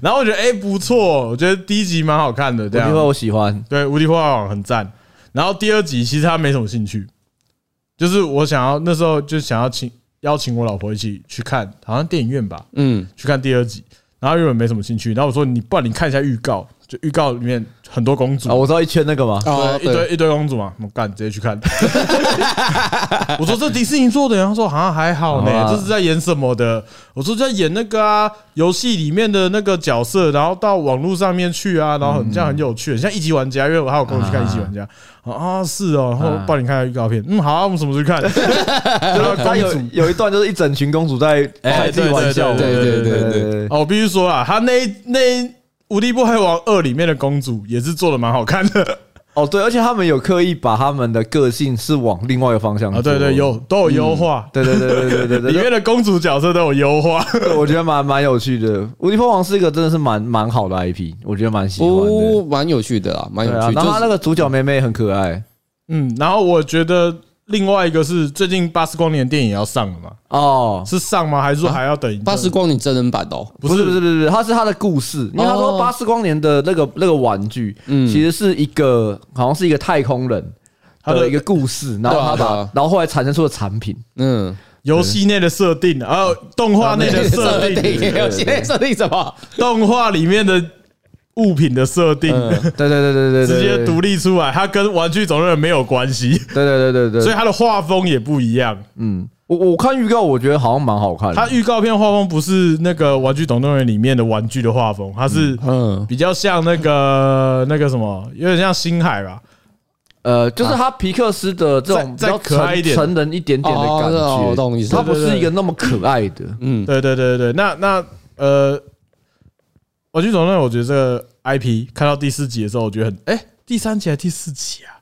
S1: 然后我觉得哎、不错，我觉得第一集蛮好看的，这样
S2: 因为我喜欢，
S1: 对，《无敌破坏王》很赞。然后第二集其实他没什么兴趣，就是我想要那时候就想要请邀请我老婆一起去看，好像电影院吧，
S3: 嗯，
S1: 去看第二集。然后原本没什么兴趣，然后我说你不然你看一下预告，就预告里面很多公主
S2: 啊，我知道一圈那个嘛，
S3: 哦，
S1: 对，一堆一堆公主嘛，我干直接去看。 我说这迪士尼做的，他说好像还好
S2: 好
S1: 呢，
S2: 啊
S1: 这是在演什么的？我说在演那个啊，游戏里面的那个角色，然后到网络上面去啊，然后很这样很有趣，很像一级玩家，因为我还有跟我去看一级玩家。啊，是哦，然后帮你看下预告片，嗯，好啊，我们什么时候去看？就是
S2: 他
S1: 公
S2: 有
S1: 主
S2: 有一段就是一整群公主在
S3: 哎
S2: 开地玩笑，
S3: 对对对对对，
S1: 哦，我必须说啦，他那一那一《无敌破坏王二》里面的公主也是做的蛮好看 的
S2: 哦对，而且他们有刻意把他们的个性是往另外一个方向
S1: 啊，
S2: 走
S1: 对对，有，都有优化，
S2: 对对对对对对对
S1: 里面的公主角色都 有优化。
S2: 对，我觉得蛮蛮有趣的。无敌破王是一个真的是蛮蛮好的 IP，我觉得蛮喜欢的。
S3: 哦，蛮有趣的啦，蛮
S2: 对
S3: 有
S2: 啊，
S3: 趣。
S2: 然后
S3: 就
S2: 他那
S3: 是
S2: 个主角妹妹很可爱
S1: 嗯，然后我觉得另外一个是最近《巴斯光年》电影也要上了嘛？
S2: 哦。
S1: 是上吗？还是说还要等一阵？
S3: 巴斯光年真人版哦，
S1: 不
S2: 不是
S1: 是
S2: 不是不是，他是他的故事，因为他说
S3: 哦
S2: 巴斯光年的那个那个玩具，
S3: 嗯
S2: 其实是一个好像是一个太空人
S1: 他
S2: 的
S1: 的
S2: 一个故事，然后
S3: 对啊
S2: 他
S3: 对
S2: 把
S3: 啊
S2: 然后后来产生出了产品，
S3: 嗯，
S1: 游戏内的设定，还有动画内 的设定，
S3: 定，有现在设定什么？
S1: 动画里面的物品的设定，
S2: 对对对嗯对对对，
S1: 直接独
S2: 立，
S1: 立出来，它跟《玩具总动员》没有关系，
S2: 对对对对
S1: 所以
S2: 对，
S1: 它的画风也不一样。
S2: 嗯，我我看预告，我觉得好像蛮好看的，
S1: 它预告片画风不是那个《玩具总动员》里面的玩具的画风，它是
S3: 嗯，
S1: 比较像那个那个什么，有点像星海吧。
S2: 呃，就是他皮克斯的这种比
S1: 啊再
S2: 较
S1: 再可爱一
S2: 成
S1: 点
S2: 成人一点点的感
S3: 哦我
S2: 觉，
S3: 懂意思
S2: 他。不是一个那么可爱的，
S3: 嗯，
S1: 对对对对，对那那呃，《玩具总动员》我觉得这个 IP 看到第四集的时候，我觉得很哎、第三集还是第四集啊？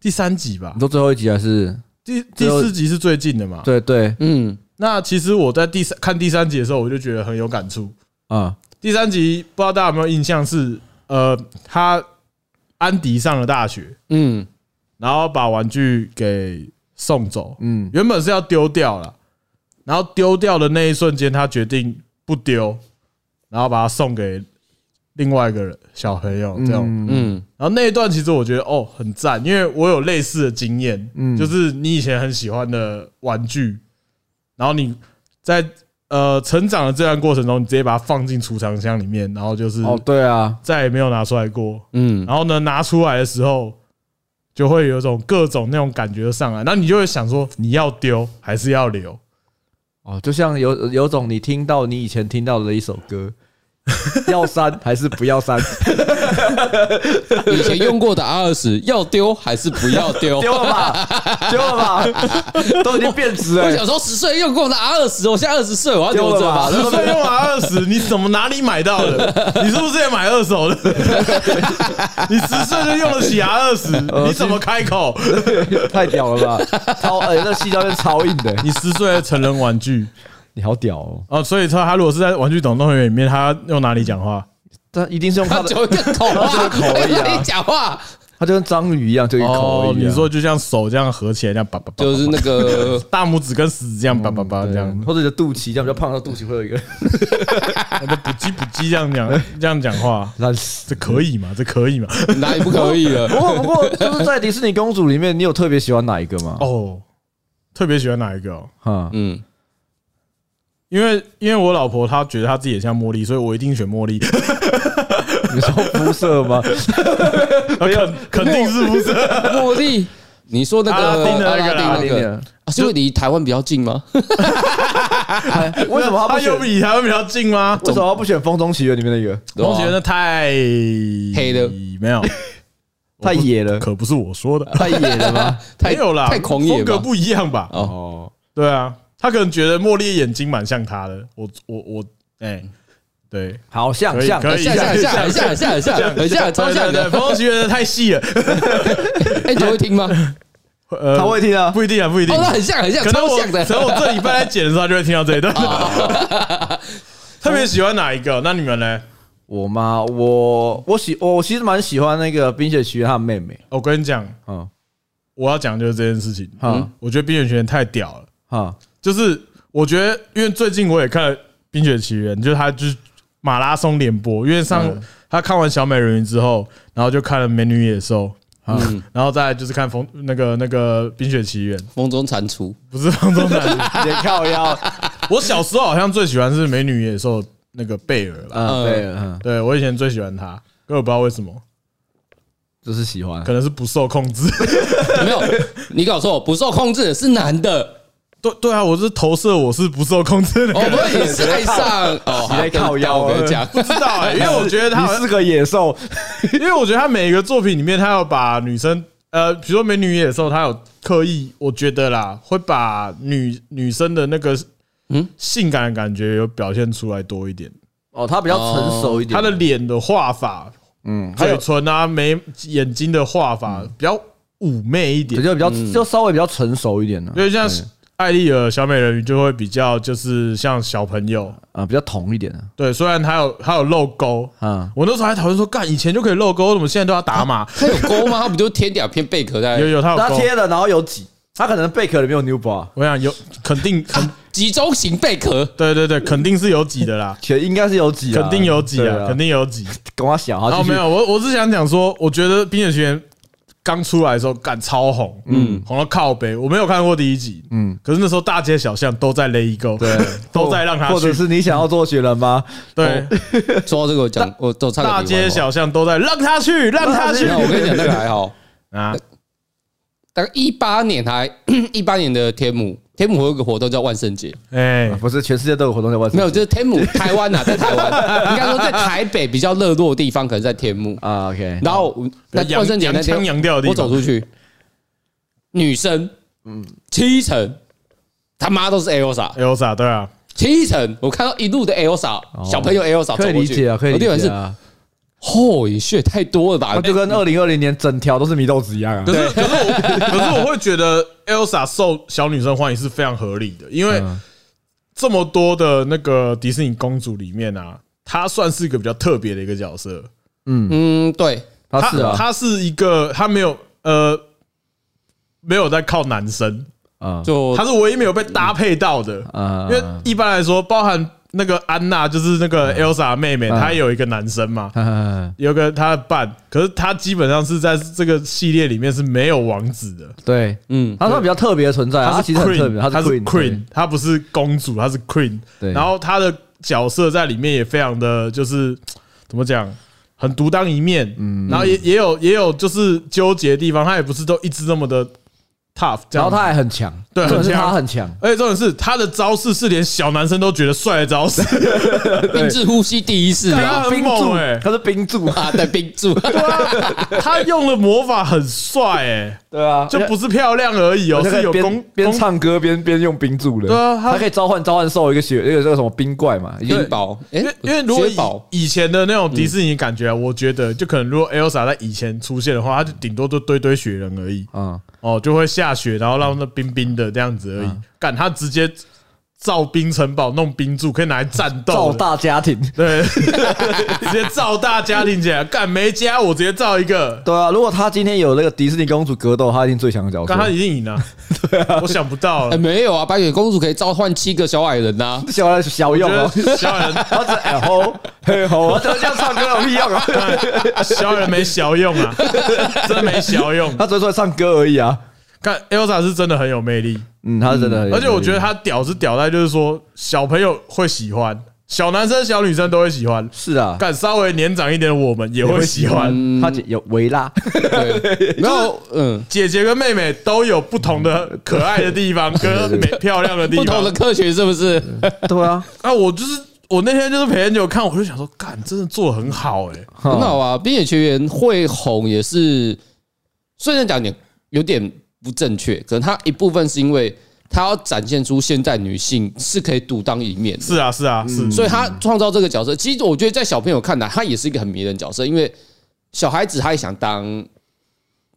S1: 第三集吧
S2: 你，说最后一集还是
S1: 第第四集是最近的嘛？
S2: 对对
S3: 嗯，
S1: 那其实我在第三看第三集的时候，我就觉得很有感触。
S2: 啊
S1: 第三集不知道大家有没有印象是呃，他安迪上了大学，
S3: 嗯，
S1: 然后把玩具给送走，
S2: 嗯
S1: 原本是要丢掉了，然后丢掉的那一瞬间，他决定不丢，然后把它送给另外一个人小朋友这样。
S3: 嗯，
S1: 然后那一段其实我觉得哦很赞，因为我有类似的经验，
S2: 嗯
S1: 就是你以前很喜欢的玩具，然后你在呃成长的这段过程中，你直接把它放进储藏箱里面，然后就是
S2: 哦对啊，
S1: 再也没有拿出来过。
S3: 嗯，
S1: 然后呢，拿出来的时候就会有一种各种那种感觉上来，那你就会想说，你要丢还是要留？
S2: 哦就像有有种你听到你以前听到的一首歌， 要删还是不 要删，
S3: 以前用过的 R 二十要丢还是不要丢？
S2: 丢了吧， 丢 了吧，都已经变质
S3: 我
S2: 了，
S3: 小时候十岁用过的 R 二十，我现在二十岁，我要
S2: 丢
S3: 留
S2: 了
S3: 着吧
S2: 吧，。
S1: 十岁用 R 二十，你怎么哪里买到 的？你是不是也买二手的？你十岁就用得起 R 二十，你怎么开口？
S2: 太屌了吧，超哎那细胶片超硬的，
S1: 你十岁的成人玩具
S2: 你好屌哦，
S1: 哦，所以说他如果是在玩具总动员里面，他用哪里讲话？
S2: 但一定是用他
S3: 他
S2: 的，
S3: 就一个头
S2: 他
S3: 啊，
S2: 就一个口而已啊
S3: 你讲话
S2: 他就跟章鱼一样，就一个口而
S1: 哦，
S2: 已啊
S1: 你说就像手这样合起来，这样叭叭叭，
S3: 就是那个
S1: 大拇指跟食指这样叭叭叭这样
S2: 嗯，或者你的肚脐这样比较胖，到肚脐会有一个
S1: 补鸡补鸡这样讲这样讲话。
S2: 烂死。
S1: 这可以吗？
S3: 嗯
S1: 这可以吗？
S3: 哪里不可以了？
S2: 不过不过，就是在迪士尼公主里面，你有特别喜欢哪一个吗？
S1: 哦，特别喜欢哪一个、哦？
S2: 哦，
S3: 嗯，
S1: 因为因为我老婆她觉得她自己也像茉莉，所以我一定选茉 莉，
S2: 你说肤色 吗？
S1: 肯肯定是不 是？
S3: 茉莉，你说那
S1: 阿拉
S3: 个
S1: 丁的那个
S3: 阿拉丁那个，啊是因为离台湾比较近吗？
S2: 哎为什么他
S1: 她
S2: 不选
S1: 有？比台湾比较近吗？
S2: 为什么他不选《风中奇缘》里面那个？
S3: 对吧啊
S1: 同学，那太
S3: 黑了，
S1: 没 有，
S2: 太野了，
S1: 可不是我说的，
S2: 太野了吗？
S3: 呃太
S1: 没有啦，
S3: 太狂野
S1: 风格
S3: 吧？
S1: 不一样吧？
S3: 哦，
S2: 哦，
S1: 对啊，她可能觉得茉莉眼睛蛮像她的，我我我，哎，
S3: 嗯
S1: 对，
S2: 好像
S1: 可以
S2: 像
S1: 可以
S3: 像像像很像很像很像很像哎超
S1: 对对
S3: 像
S1: 对
S3: 的。
S1: 风学的太 细了，
S3: 哎，你会听吗？哦，
S1: 呃
S2: 他会听啊。
S1: 不一定啊，不一定，
S3: 那很像很 像
S1: 可能
S3: 超
S1: 我
S3: 像的
S1: 可。能我这礼拜在剪的时候，他就会听到这一段。
S3: 哦
S1: 特别喜欢哪一个？那你们呢？
S2: 我吗？我我喜我其实蛮喜欢那个《冰雪奇缘》他妹妹。
S1: 哦我跟你讲，
S2: 嗯，
S1: 我要讲的就是这件事情。
S2: 嗯
S1: 我觉得《冰雪奇缘》太屌了，
S2: 哈，
S1: 就是我觉得，因为最近我也看了《冰雪奇缘》，就是他就是马拉松联播，因为上
S3: 嗯
S1: 他看完《小美人鱼》之后，然后就看了《美女与野兽》。啊，
S3: 嗯
S1: 然后再来就是看风那个那个《冰雪奇缘》，
S3: 风中蟾蜍，
S1: 不是风中 男女。
S2: 别靠 腰。
S1: 我小时候好像最喜欢是《美女与野兽》那个贝尔吧，
S2: 嗯，对，嗯，
S1: 对我以前最喜欢他，根本不知道为什么，
S2: 就是喜欢
S1: 可能是不受控制。
S3: 没有，你搞错，不受控制的是男的，
S1: 对对啊，我是投射，我是不受控制的
S3: 哦，
S1: 感
S3: 不
S1: 觉。
S3: 是你是爱上哦，
S2: 你在靠腰
S3: 我跟你 讲，
S1: 不知道哎、因为我觉得他好
S2: 你
S1: 像
S2: 是个野兽，
S1: 因为我觉得他每一个作品里面，他有把女生，呃，比如说《美女与野兽》，他有刻意，我觉得啦，会把女女生的那个嗯
S3: 嗯
S1: 性感的感觉有表现出来多一点。
S2: 哦，他比较成熟一点，
S1: 他的脸的画法，嗯，嘴唇啊、眉、眼睛的画法
S3: 嗯
S1: 比较妩媚一
S2: 比
S1: 点，
S2: 较比较就稍微比较成熟一点呢啊
S1: 因，为像艾丽尔小美人鱼就会比较就是像小朋友。
S2: 啊，比较童一点呢，
S1: 对，虽然他有他有漏钩，
S2: 啊，
S1: 我那时候还讨论说，干以前就可以漏钩，怎么现在都要打码？
S3: 他有勾吗？他不就贴两片贝壳在
S1: 有有他有
S2: 他
S1: 钩，
S2: 贴了，然后有挤，他可能贝壳里面有 new bra，，
S1: 我想有肯定肯
S3: 集中型贝壳？
S1: 对对对，肯定是有挤的啦
S2: 全应该是有挤啊，
S1: 肯定有挤
S2: 对
S1: 啊，肯定有挤。
S2: 跟我想，好
S1: 然后
S2: 继续
S1: 没有，我我是想讲说，我觉得《冰雪奇缘》刚出来的时候，干超红，嗯，红到靠北。我没有看过第一集，嗯，可是那时候大街小巷都在勒一个，对，都在让他
S2: 或者
S1: 去，
S2: 是你想要做雪人吗？
S1: 对，
S3: 说到这个，我讲我走差个
S1: 大
S3: 题外
S1: 街
S3: 话
S1: 小巷都在让他去，让他去
S3: 没有，我跟你讲，那个还好。
S1: 啊！
S3: 大概一八年还 一八年的天母，天母有一个活动叫万圣节，
S1: 哎
S2: 啊，不是，全世界都有活动在外
S3: 没有，就是天母 台湾呐，在台湾，应该说在台北比较热络的地方，可能在天母。
S2: 啊，OK，
S3: 然后我那
S1: 洋
S3: 万圣节那天
S1: 洋腔洋调的地方
S3: 我走出去，女生，嗯，七成他妈都是 Elsa，
S1: ，Elsa 对啊，
S3: 七成我看到一路的 Elsa 小朋友 Elsa 走
S2: 可以
S3: 过
S2: 理
S3: 去
S2: 解啊，哦可以理
S3: 我第一反应
S2: 解
S3: 是
S2: 啊，
S3: 嚯，也血太多了吧
S2: 那？就跟二零二零年整条都是米豆子一样啊
S1: 可，是可是我 可是我会觉得 Elsa 受小女生欢迎是非常合理的，因为
S2: 嗯
S1: 这么多的那个迪士尼公主里面啊，她算是一个比较特别的一个角色。
S3: 嗯，对，
S2: 他是啊，
S1: 他是一个他没有呃没有在靠男生，
S2: 啊
S3: 就
S1: 他是唯一没有被搭配到的，
S2: 啊
S1: 因为一般来说，包含那个安娜就是那个 Elsa 的妹妹，她有一个男生嘛。
S2: 啊，
S1: 有个她的伴，可是她基本上是在这个系列里面是没有王子的，
S2: 对，
S3: 嗯，
S2: 他算比较特别的存在啊，他
S1: 是
S2: 其实很特别，
S1: queen，
S2: 他
S1: 她
S2: 是
S1: 是
S2: queen，对
S1: queen，她不是公主，她是 queen。
S2: 对
S1: 然后她的角色在里面也非常的就是怎么讲，很独当一面。嗯，然后也也有也有就是纠结的地方，她也不是都一直那么的 tough 这样子。
S2: 然后他还很强，
S1: 对
S2: 重点是
S1: 很强
S2: 他很强，
S1: 而且重点是她的招式是连小男生都觉得帅的 招式，
S3: 冰质呼吸第一次
S1: 对啊
S3: 啊，
S1: 很
S2: 冰
S1: 猛
S2: 柱
S1: 欸，
S2: 他是冰柱，
S3: 啊，对，冰柱，
S1: 她用的魔法很帅哎，
S2: 对啊，
S1: 就不是漂亮而已哦，
S2: 而且
S1: 是有
S2: 边
S1: 攻
S2: 边
S1: 攻
S2: 唱歌边边用冰柱的，
S1: 对啊他
S2: 他可以召唤召唤兽一个雪那个叫什么冰怪嘛，一个
S3: 冰雹，哎
S1: 因为因为如果
S3: 雪宝
S1: 以以前的那种迪士尼感觉、啊，我觉得就可能如果 Elsa 在以前出现的话，她就顶多就堆堆雪人而已
S2: 嗯，
S1: 哦，就会下雪，然后让那冰冰的这样子而已。干，她直接造冰城堡，弄冰柱，可以拿来战
S2: 造
S1: 斗的。
S2: 大家庭。
S1: 对， 直接造大家庭起来，干没加我直接造一个，
S2: 对啊，如果他今天有那个迪士尼公主格斗，他一定最强的角
S1: 干他
S2: 色。
S1: 一定赢啊！对啊，我想不到
S3: 哎，
S1: 了，
S3: 没有啊，白雪公主可以召唤七个小矮人呐、啊。
S2: 小小
S1: 我
S2: 用
S1: 觉
S2: 哦，
S1: 得小矮人
S2: 他只哎吼嘿吼，他这样唱歌有 屁用啊？
S1: 小矮人没小用啊，真没小 用。
S2: 他只会出来唱歌而已啊。
S1: 看 Elsa 是真的很有魅力，
S2: 嗯，他是真的很有魅力，
S1: 而且我觉得他屌是屌在就是说小朋友会喜欢，小男生小女生都会喜欢，
S2: 是啊，
S1: 但稍微年长一点的我们也会喜欢。
S2: 嗯他姐有维拉，
S3: 对，然后嗯，
S1: 姐姐跟妹妹都有不同的可爱的地 方跟美漂亮的地
S3: 不同的
S1: 方。
S3: 科学是不是？
S2: 对 啊，
S1: 啊，我就是我那天就是陪很久看，我就想说，干，真的做的很好哎、
S2: 嗯
S3: 很好啊，《冰雪奇缘》会红也是，虽然讲点有点不正确，可能它一部分是因为它要展现出现代女性是可以独当一面的，
S1: 是啊，是啊，是。
S3: 嗯所以她创造这个角色，其实我觉得在小朋友看来，她也是一个很迷人的角色，因为小孩子他也想当，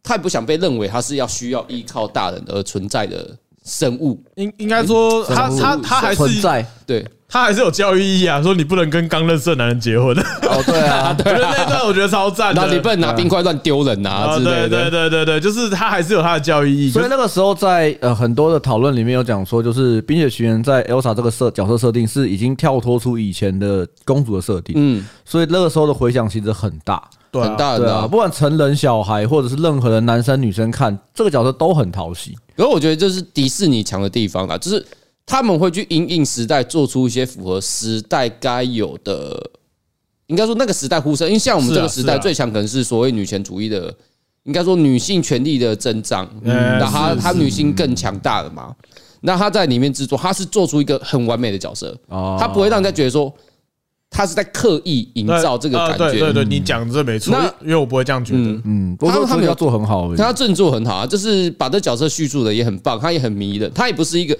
S3: 他也不想被认为他是要需要依靠大人而存在的生物，
S1: 应应该说，他他他还
S2: 存
S1: 是
S2: 在
S3: 对，
S1: 他还是有教育意义啊，说你不能跟刚认识的男人结 婚。
S2: 哦，对 啊，
S1: 我觉得那段我觉得超赞的。
S3: 然后你不能拿冰块乱丢人啊
S1: 啊，
S3: 之类
S1: 对对
S3: 的。
S1: 对对对，就是他还是有他的教育意义。
S2: 所以那个时候在呃很多的讨论里面有讲说，就是《冰雪奇缘》在 Elsa 这个设角色设定是已经跳脱出以前的公主的设定，
S3: 嗯，
S2: 所以那个时候的回响其实很大。
S1: 对啊
S3: 很大
S2: 对
S3: 的
S2: 啊，
S3: 啊。
S2: 不管成人、小孩，或者是任何人，男生、女生看这个角色都很讨喜。
S3: 可是我觉得这是迪士尼强的地方啦，就是他们会去因应时代，做出一些符合时代该有的应该说那个时代呼声，因为像我们这个时
S1: 是啊
S3: 代
S1: 是啊
S3: 最强可能是所谓女权主义的，应该说女性权利的增长，
S1: 嗯
S3: 那她
S1: 是
S3: 她女性更强大了嘛？那她在里面制作，她是做出一个很完美的角色，
S2: 哦
S3: 她不会让人家觉得说她是在刻意营造这个
S1: 呃
S3: 感
S1: 对对
S3: 觉。嗯
S1: 对，你讲这没错
S3: 那，
S1: 因为我不会这样觉得
S3: 嗯。
S2: 嗯，不过
S3: 他
S2: 说
S3: 们他们
S2: 要
S3: 有
S2: 做很好而已
S3: 他振作很好啊，就是把这角色叙述的也很棒，他也很迷人，他也不是一个。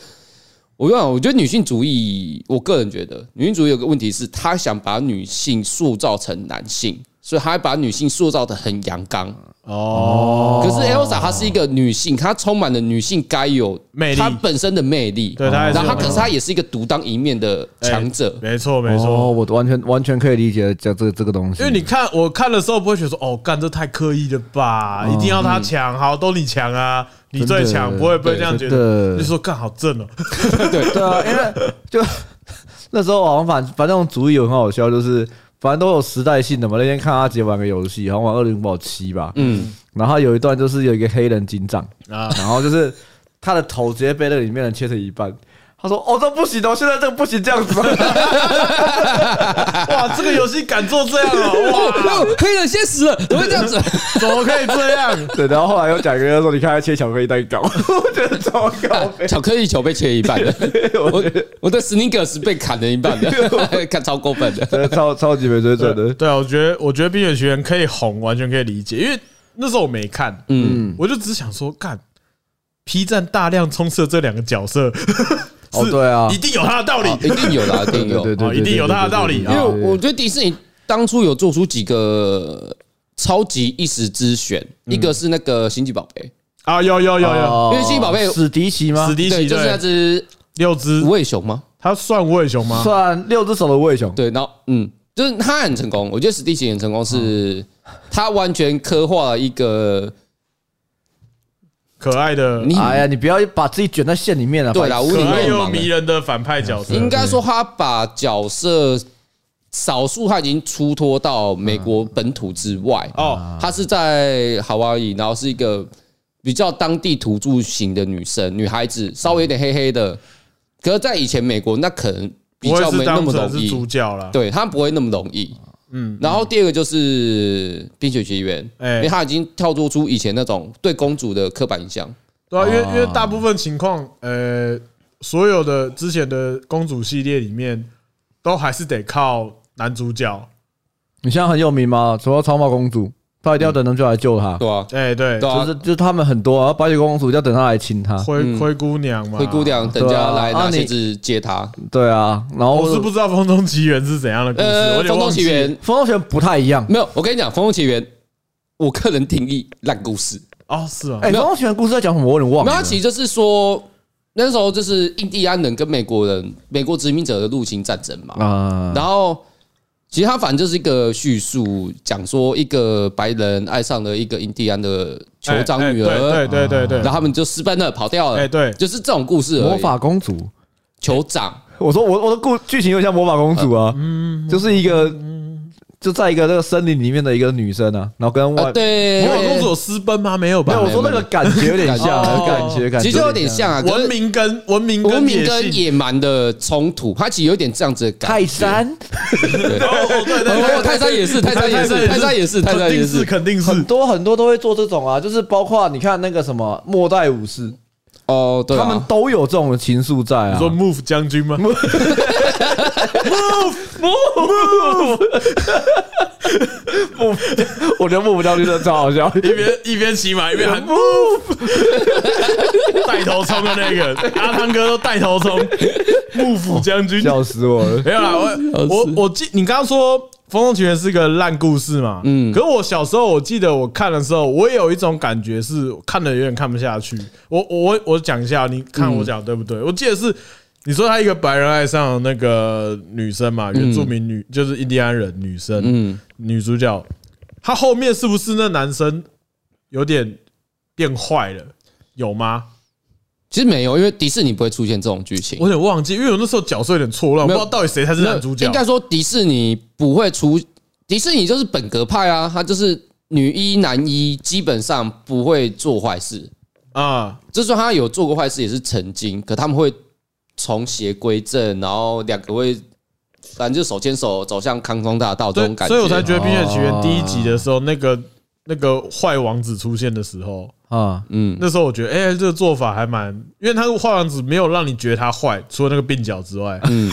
S3: 我跟你讲，我觉得女性主义，我个人觉得女性主义有个问题是，她想把女性塑造成男性，所以她把女性塑造的很阳刚。
S1: 哦，
S3: 可是 Elsa 她是一个女性，她充满了女性该有
S1: 魅力
S3: 她本身的魅力。
S1: 对她还是
S3: 然后
S1: 有
S3: 她
S1: 哎那
S3: 可
S1: 种
S3: 是她也是一个独当一面的强者。
S1: 没错没
S2: 哦，
S1: 错，
S2: 我完全完全可以理解这这这个东西，
S1: 因为你看我看的时候不会觉得说哦，干这太刻意了吧，
S3: 哦
S1: 一定要他强，好都你强啊，你最强，
S2: 真的
S1: 不会不会这样觉
S2: 真
S1: 得，
S2: 的
S1: 就说干好正哦，
S2: 对啊，因为就 那时候好像反反正那种主意有很好笑，就是反正都有时代性的嘛。那天看阿杰玩个游戏，好像玩二零五宝七吧，
S3: 嗯，
S2: 然后他有一段就是有一个黑人警长，
S1: 啊
S2: 然后就是他的头直接被那个里面人切成一半。他说：“哦，这不行哦，现在这个不行，这样子。
S1: 哇， 这个游戏敢做这样哦，
S3: 哦，黑人先死了，怎么会这样子？
S1: 哇，怎么可以这样？”
S2: 对，然后后来又讲一个人说：“你看他切巧克力蛋糕， 我觉得糟糕。
S1: 哎
S3: 巧克力球被切一 半了，我我的 sneakers 被砍了一半的，看超过分”的。
S2: 真的超超级没水准的
S1: 对，对啊，我觉得我觉得《冰雪奇缘》可以红，完全可以理解，因为那时候我没看，
S3: 嗯，
S1: 我就只想说干。P 站大量充斥了这两个角色，
S2: 哦，
S1: 是
S2: 对啊
S1: 一，定有他的道理
S3: 啊，一定有 啦，一定有。
S2: 对对
S3: 因
S1: 哦
S2: 对，
S1: 一定有它的道理啊
S3: 为我觉得迪士尼当初有做出几个超级一时之选，一个是那个星际宝贝，
S1: 啊！有有有有，
S2: 哦
S3: 因为星际宝贝
S2: 史迪奇吗
S1: 史？迪
S3: 对，
S1: 奇
S3: 就是那
S1: 对
S3: 只
S1: 六只
S3: 无，尾熊吗？
S1: 他算无尾熊吗？
S2: 算六只手的卫熊，
S3: 对，然后嗯，就是他很成功，我觉得史蒂奇很成功，是他完全刻画了一个
S1: 可爱的，
S3: 你
S2: 哎呀，你不要把自己卷在线里面啊了。
S3: 对
S2: 啦
S3: 啦，，无
S1: 可
S3: 理
S1: 爱
S3: 由
S1: 又
S3: 盲
S1: 迷
S3: 的，
S1: 人的反派角色。
S3: 应该说他把角色。少数他已经出脱到美国本土之外，
S1: 哦，
S3: 她是在夏威夷，然后是一个比较当地土著型的女生，女孩子，稍微有点黑黑的。可是，在以前美国，那可能比
S1: 不会
S3: 较没
S1: 是
S3: 那
S1: 当
S3: 么
S1: 成
S3: 容
S1: 是主
S3: 易，
S1: 角啦。
S3: 对，她不会那么容易。嗯，然后第二个就是《冰雪奇缘》，
S1: 哎
S3: 因为她已经跳脱出以前那种对公主的刻板印象。
S1: 对啊，因为
S2: 哦
S1: 因为大部分情况，呃，所有的之前的公主系列里面，都还是得靠男主角。
S2: 你现在很有名吗？除了超毛公主，她一定要等人就来救她。
S3: 对啊，
S1: 哎，对
S3: 对，啊，
S2: 就是就是他们很多啊，白雪公主要等她来亲她。
S1: 灰
S3: 嗯
S1: 灰姑娘嘛，
S3: 灰姑。娘等
S2: 对啊
S3: 家来
S2: 啊
S3: 拿鞋
S2: 你
S3: 子接她。
S2: 对啊，然后
S1: 哦我是不知道《风中奇缘》是怎样的故事，我
S3: 呃，
S1: 有
S3: 《
S1: 点
S3: 风
S1: 忘
S3: 中
S1: 记
S3: 奇缘》
S2: 风中拳不太一样。
S3: 没有，我跟你讲，《风中奇缘》，我个人定义烂故事。
S1: 哦，是啊，
S2: 哎，
S3: 没
S2: 风
S3: 有
S2: 中拳故事在讲什么？我有点忘
S3: 没有，
S2: 了
S3: 他。其实就是说，那时候就是印第安人跟美国人、美国殖民者的入侵战争嘛。
S2: 啊，
S3: 然后，其实他反正就是一个叙述，讲说一个白人爱上了一个印第安的酋长女
S1: 哎哎
S3: 儿，
S1: 对对对对
S3: 然
S1: 对，
S3: 后他们就私奔了，跑掉
S1: 哎
S3: 了。
S1: 对，
S3: 就是这种故事而已。
S2: 魔法公主，
S3: 酋长，
S2: 我说我我的故剧情有点像魔法公主啊，
S3: 嗯
S2: 就是一个就在一个那个森林里面的一个女生啊，然后跟外
S3: 啊，对，
S1: 魔法公主有私奔吗？没有
S2: 没
S1: 吧
S2: 有，？我说那个感觉有点像，
S3: 哦
S2: 感觉感觉
S3: 其实有点像啊，可
S1: 文
S3: 是
S1: 明跟文明跟
S3: 文明
S1: 野性
S3: 跟野蛮的冲突，它其实有点这样子的感觉。
S2: 泰山
S1: 哦哦对对
S3: 哦
S1: 对，
S3: 泰山也是泰山也是泰山也是泰山也是
S1: 肯定是
S2: 很
S1: 肯定是。
S2: 多很多都会做这种啊，就是包括你看那个什么末代武士，
S3: 哦，对啊，
S2: 他们都有这种情愫在
S1: 你
S2: 啊
S1: 说。Move 将军吗？
S2: 不，我觉得木不将军真的超好笑。
S1: 一边一边骑马一 边喊 Move，带头冲的那个阿汤哥都带头 冲 Move 将军。
S2: 笑死 我了！
S1: 没有啦，我我我记你刚刚说《风中奇缘》是个烂故事嘛？嗯，可是我小时候我记得我看的时候，我也有一种感觉是看的有点看不下去。我我我讲一下，你
S3: 嗯
S1: 看我讲对不对？我记得是你说他一个白人爱上那个女生嘛，
S3: 嗯
S1: 原住民女就是印第安人女生，女主角，她后面是不是那男生有点变坏了？有吗？
S3: 其实没有，因为迪士尼不会出现这种剧情。
S1: 我有点忘记，因为我那时候角色有点错乱，我不
S3: 没
S1: 知
S3: 有
S1: 道到底谁才是男主角。
S3: 应该说迪士尼不会出，迪士尼就是本格派啊，他就是女一男一，基本上不会做坏事。
S1: 啊，
S3: 就算他有做过坏事，也是曾经，可他们会从邪归正，然后两个会反正就手牵手走向康庄大道这种
S1: 对，
S3: 感觉。
S1: 所
S3: 啊
S1: 以我才觉得《冰雪奇缘
S2: 哦》
S1: 第一集的时候，那个那个坏王子出现的时候，
S2: 啊，
S3: 嗯，
S1: 那时候我觉得，哎，这个做法还蛮，因为他坏王子没有让你觉得他坏，除了那个鬓角之外，嗯，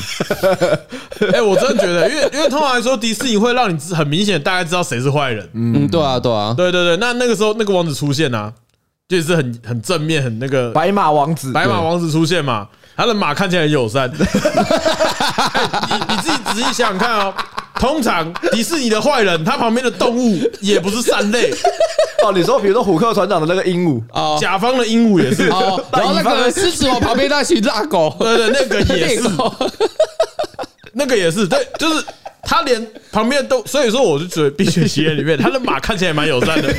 S1: 哎，我真的觉得，因为因为通常来说，迪士尼会让你知很明显大概知道谁是坏人，
S3: 嗯，对啊，对啊，
S1: 对对对，那那个时候那个王子出现啊，就是很很正面，很那个
S2: 白马王子，
S1: 白马王子出现嘛，他的马看起来很友善。 哎你你自己仔细想想看哦，通常迪士尼的坏人，他旁边的动物也不是善类，
S2: 哦，你说比如说虎克船长的那个鹦鹉，
S3: 哦
S1: 甲方的鹦鹉也是，
S3: 哦，然后那个狮子王旁边那群大狗，
S1: 对对，那个 也是，
S3: 狗
S1: 那个也是，对，就是。他连旁边的动，所以说我就觉得《冰雪奇缘》里面他的马看起来蛮友善的，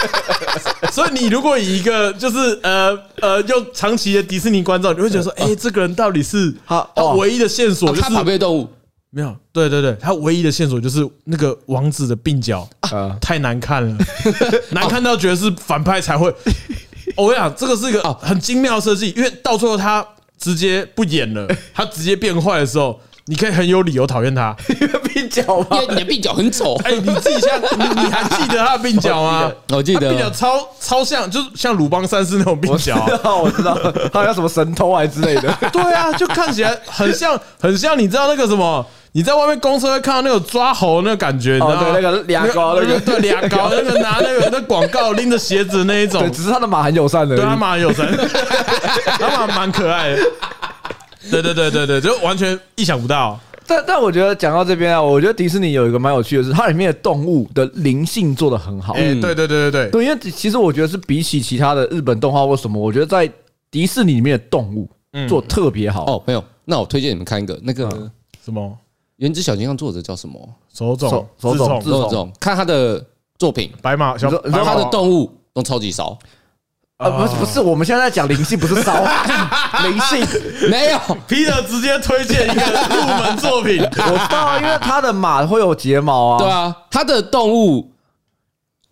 S1: 所以你如果以一个就是呃呃又长期的迪士尼观众，你会觉得
S3: 哦
S1: 说，哎，这个人到底是
S2: 好
S1: 他
S2: 哦
S1: 唯一的线索就
S3: 啊他
S1: 是
S3: 旁边的 动物
S1: 没有，对对对，他唯一的线索就是那个王子的鬓角、
S2: 啊
S1: 太难看 了，难看到觉得是反派才会。哦我跟你讲，这个是一个
S3: 哦
S1: 很精妙的设计，因为到最后他直接不演 了，他直接变坏的时候，你可以很有理由讨厌他。
S2: 因为鬓角
S3: 因
S2: 嘛，
S3: 为你的鬓角 很丑，
S1: 哎，你自己像你你还记得他的鬓角吗？
S3: 我记
S1: 他鬓角
S3: 得
S1: 超超像，就是像鲁邦三世那种鬓
S2: 我知
S1: 角
S2: 道
S1: 啊。，
S2: 我知道，他好像什么神偷还之类的，
S1: 对啊，就看起来很像很像，你知道那个什么？你在外面公车会看到那种抓猴那个感觉，你知
S3: 哦
S1: 道吗？
S2: 哦对那个俩高那 个
S1: 对俩高，那个 拿那个那广告拎着鞋子那一种
S2: 对，，只是他的马很友善的，
S1: 对他啊蛮有 神，他蛮蛮可爱的。对对对对对，就完全意想不到。
S2: 但但我觉得讲到这边啊，我觉得迪士尼有一个蛮有趣的是，它里面的动物的灵性做的很好。
S1: 哎，对对对对对，
S2: 对，因为其实我觉得是比起其他的日本动画或什么，我觉得在迪士尼里面的动物做得特别好。
S3: 哦，没有，那我推荐你们看一个那个《
S1: 什么
S3: 原子小金刚》作者叫什么？
S1: 手冢
S2: 手手
S1: 自
S2: 冢
S1: 从
S2: 自
S3: 这种看他的作品，
S1: 白马小
S2: 你说你
S1: 白
S2: 说
S1: 马
S3: 他的动物都超级少，
S2: 啊，不是不是，我们现在在讲灵性，不是骚灵性。
S3: 没有，
S1: Peter 直接推荐一个入门作品，
S2: 我知道啊，因为它的马会有睫毛啊。
S3: 对啊，他的动物，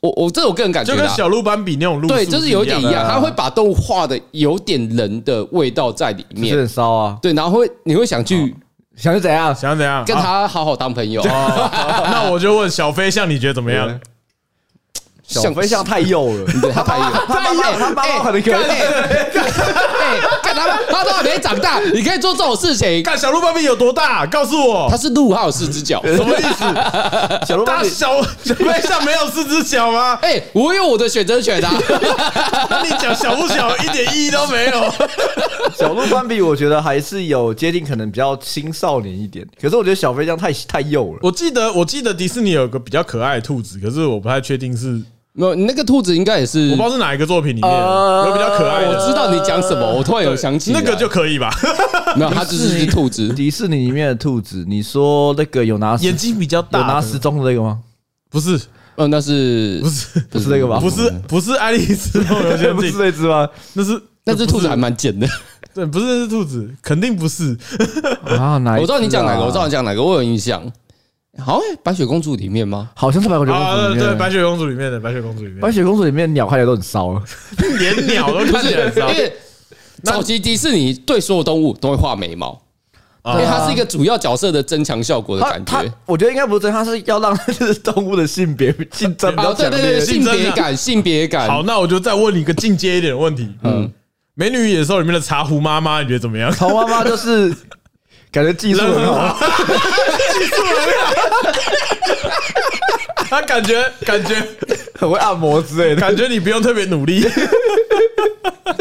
S3: 我我这是我个人感觉
S1: 就跟
S3: 啦，
S1: 小鹿斑比那种路
S3: 对，
S1: 数
S3: 就是有点一
S1: 的啊
S3: 样，他会把动物画的有点人的味道在里
S2: 就是有
S3: 面，
S2: 点骚啊，
S3: 对，然后会你会想去
S2: 想是怎样？
S1: 想怎样？
S3: 跟
S1: 啊
S3: 他好好当朋友，
S1: 那我就问小飞象，你觉得怎么样？
S2: 小飞象太幼了，
S3: 对他太幼，
S2: 他妈妈他妈
S3: 哎
S2: 妈很可
S3: 干
S2: 爱。
S3: 哎哎，看他他都还没长大，你可以做这种事情，
S1: 看小鹿斑比有多大？告诉我
S3: 他，是鹿，还有四只脚。
S1: 什么意思？
S2: 小鹿斑
S1: 大
S2: 比
S1: 小小 飞象没有四只脚吗？
S3: 哎、我有我的选择权啊！
S1: 那你讲小不小一点意义都没有。
S2: 小鹿斑比，我觉得还是有接近，可能比较青少年一点。可是我觉得小飞象太太幼了。
S1: 我记得我记得迪士尼有个比较可爱的兔子，可是我不太确定是
S3: 没有，你那个兔子应该也
S1: 我
S3: 是，
S1: 不知道是哪一个作品里面
S2: 呃
S1: 有比较可爱
S3: 我
S1: 的，
S3: 知道你讲什么，我突然有想起来
S1: 那个就可以吧？
S3: 没有，它就是一只兔子，
S2: 迪士尼里面的兔子，你说那个有拿时
S1: 眼睛比较
S2: 有
S1: 大
S2: 拿，时钟的那个吗？
S1: 不是
S3: 嗯，那是
S1: 不是
S2: 不是那个吧
S1: 不是不是爱丽丝梦游仙
S2: 不是
S1: 境，
S2: 这只吗？
S1: 那是
S3: 那只兔子还蛮贱的。
S1: 对，不是那是兔子，肯定不是。
S2: 啊，哪一只啊
S3: 我知道你讲哪个，我知道，你讲哪个，我有印象。好像白雪公主里面吗？
S2: 好像是白雪公主
S1: 啊，
S2: 里
S1: 对，对
S2: 面。
S1: 白雪公主里面的白雪公主里面
S2: 白，雪公主里面鸟看起来都很骚，
S1: 连鸟都
S3: 不
S1: 看
S3: 是，
S1: 起来很
S3: 因
S1: 骚
S3: 为早期迪士尼对所有动物都会画眉毛，因为它是一个主要角色的增强效果的
S2: 它
S3: 感
S2: 啊它
S3: 觉。，
S2: 我觉得应该不是真，它是要让就是动物的性别竞争比较
S3: 哦，对
S2: 强
S3: 对
S2: 烈
S3: 对，。
S1: 性
S3: 性
S1: 征啊
S3: 别感，性别感。
S1: 好，那我就再问你一个进阶一点的问题。嗯，《美女与野兽》里面的茶壶妈妈，你觉得怎么样？
S2: 桃妈妈就是感觉技术很 好，
S1: 她感觉感觉
S2: 很会按摩之类的。
S1: 感觉你不用特别努 力。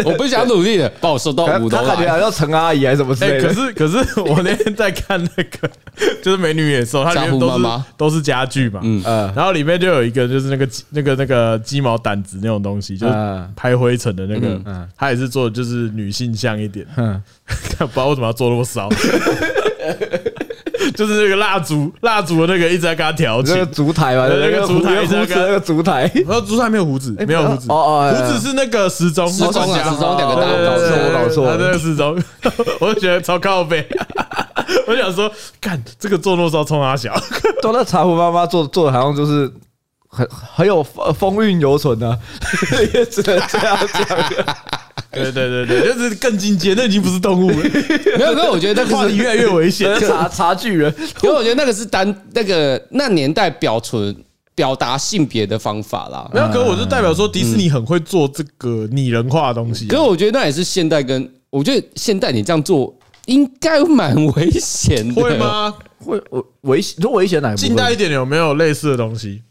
S3: 我不想努力了，把我收到
S2: 他
S3: 五楼
S2: 感觉
S3: 来。
S2: 好像陈阿姨还是什么之
S1: 哎、
S2: 类
S1: 可
S2: 的。
S1: 是可是我那天在看那个， 就是《美女与野兽》，它里面都
S3: 茶壶
S1: 是
S3: 妈妈
S1: 都是家具嘛，嗯，
S2: 呃，
S1: 然后里面就有一个就是那个鸡那个那个鸡毛掸子那种东西，就是
S2: 嗯
S1: 拍灰尘的那个
S2: 嗯嗯，
S1: 它也是做的就是女性像一点，
S2: 嗯
S1: 看 不知道为什么要做那么少。 就是那个蜡烛，蜡烛的那个一直在跟他调情
S2: 那个，烛台吧，
S1: 对
S2: 那
S1: 那个
S2: 个
S1: 烛台
S2: 胡子
S1: 那个
S2: 那个烛台，
S1: 然后竹还没有胡子，没有胡子，
S2: 哦哦哎
S1: 胡子是那个时钟，哦
S3: 时钟啊，时钟两个
S1: 对
S3: 大
S1: 对
S3: 搞
S1: 对
S3: 错
S1: 对对
S2: 搞错
S1: 他那个时钟，我就觉得超靠背。我想说，干这个做多少冲他小，
S2: 对，那茶壶妈妈做做的好像就是 很很有风风韵犹存的、啊，也只能这样讲。
S1: 对对对对，就是更进阶，那已经不是动物了，
S3: 没有，可是我觉得那
S1: 话
S3: 个
S1: 题
S3: 是，
S1: 越来越危险。
S2: 查查巨人，
S3: 可是我觉得那个是单那个那年代表存表达性别的方法啦。
S1: 没有，可我就代表说迪士尼很会做这个拟人化的东西
S3: 可。是我觉得那也是现代跟我觉得现代你这样做应该蛮危险的，
S1: 会？ 吗？
S2: 会我危险，你说危险哪一部分？
S1: 近代一点有没有类似的东西？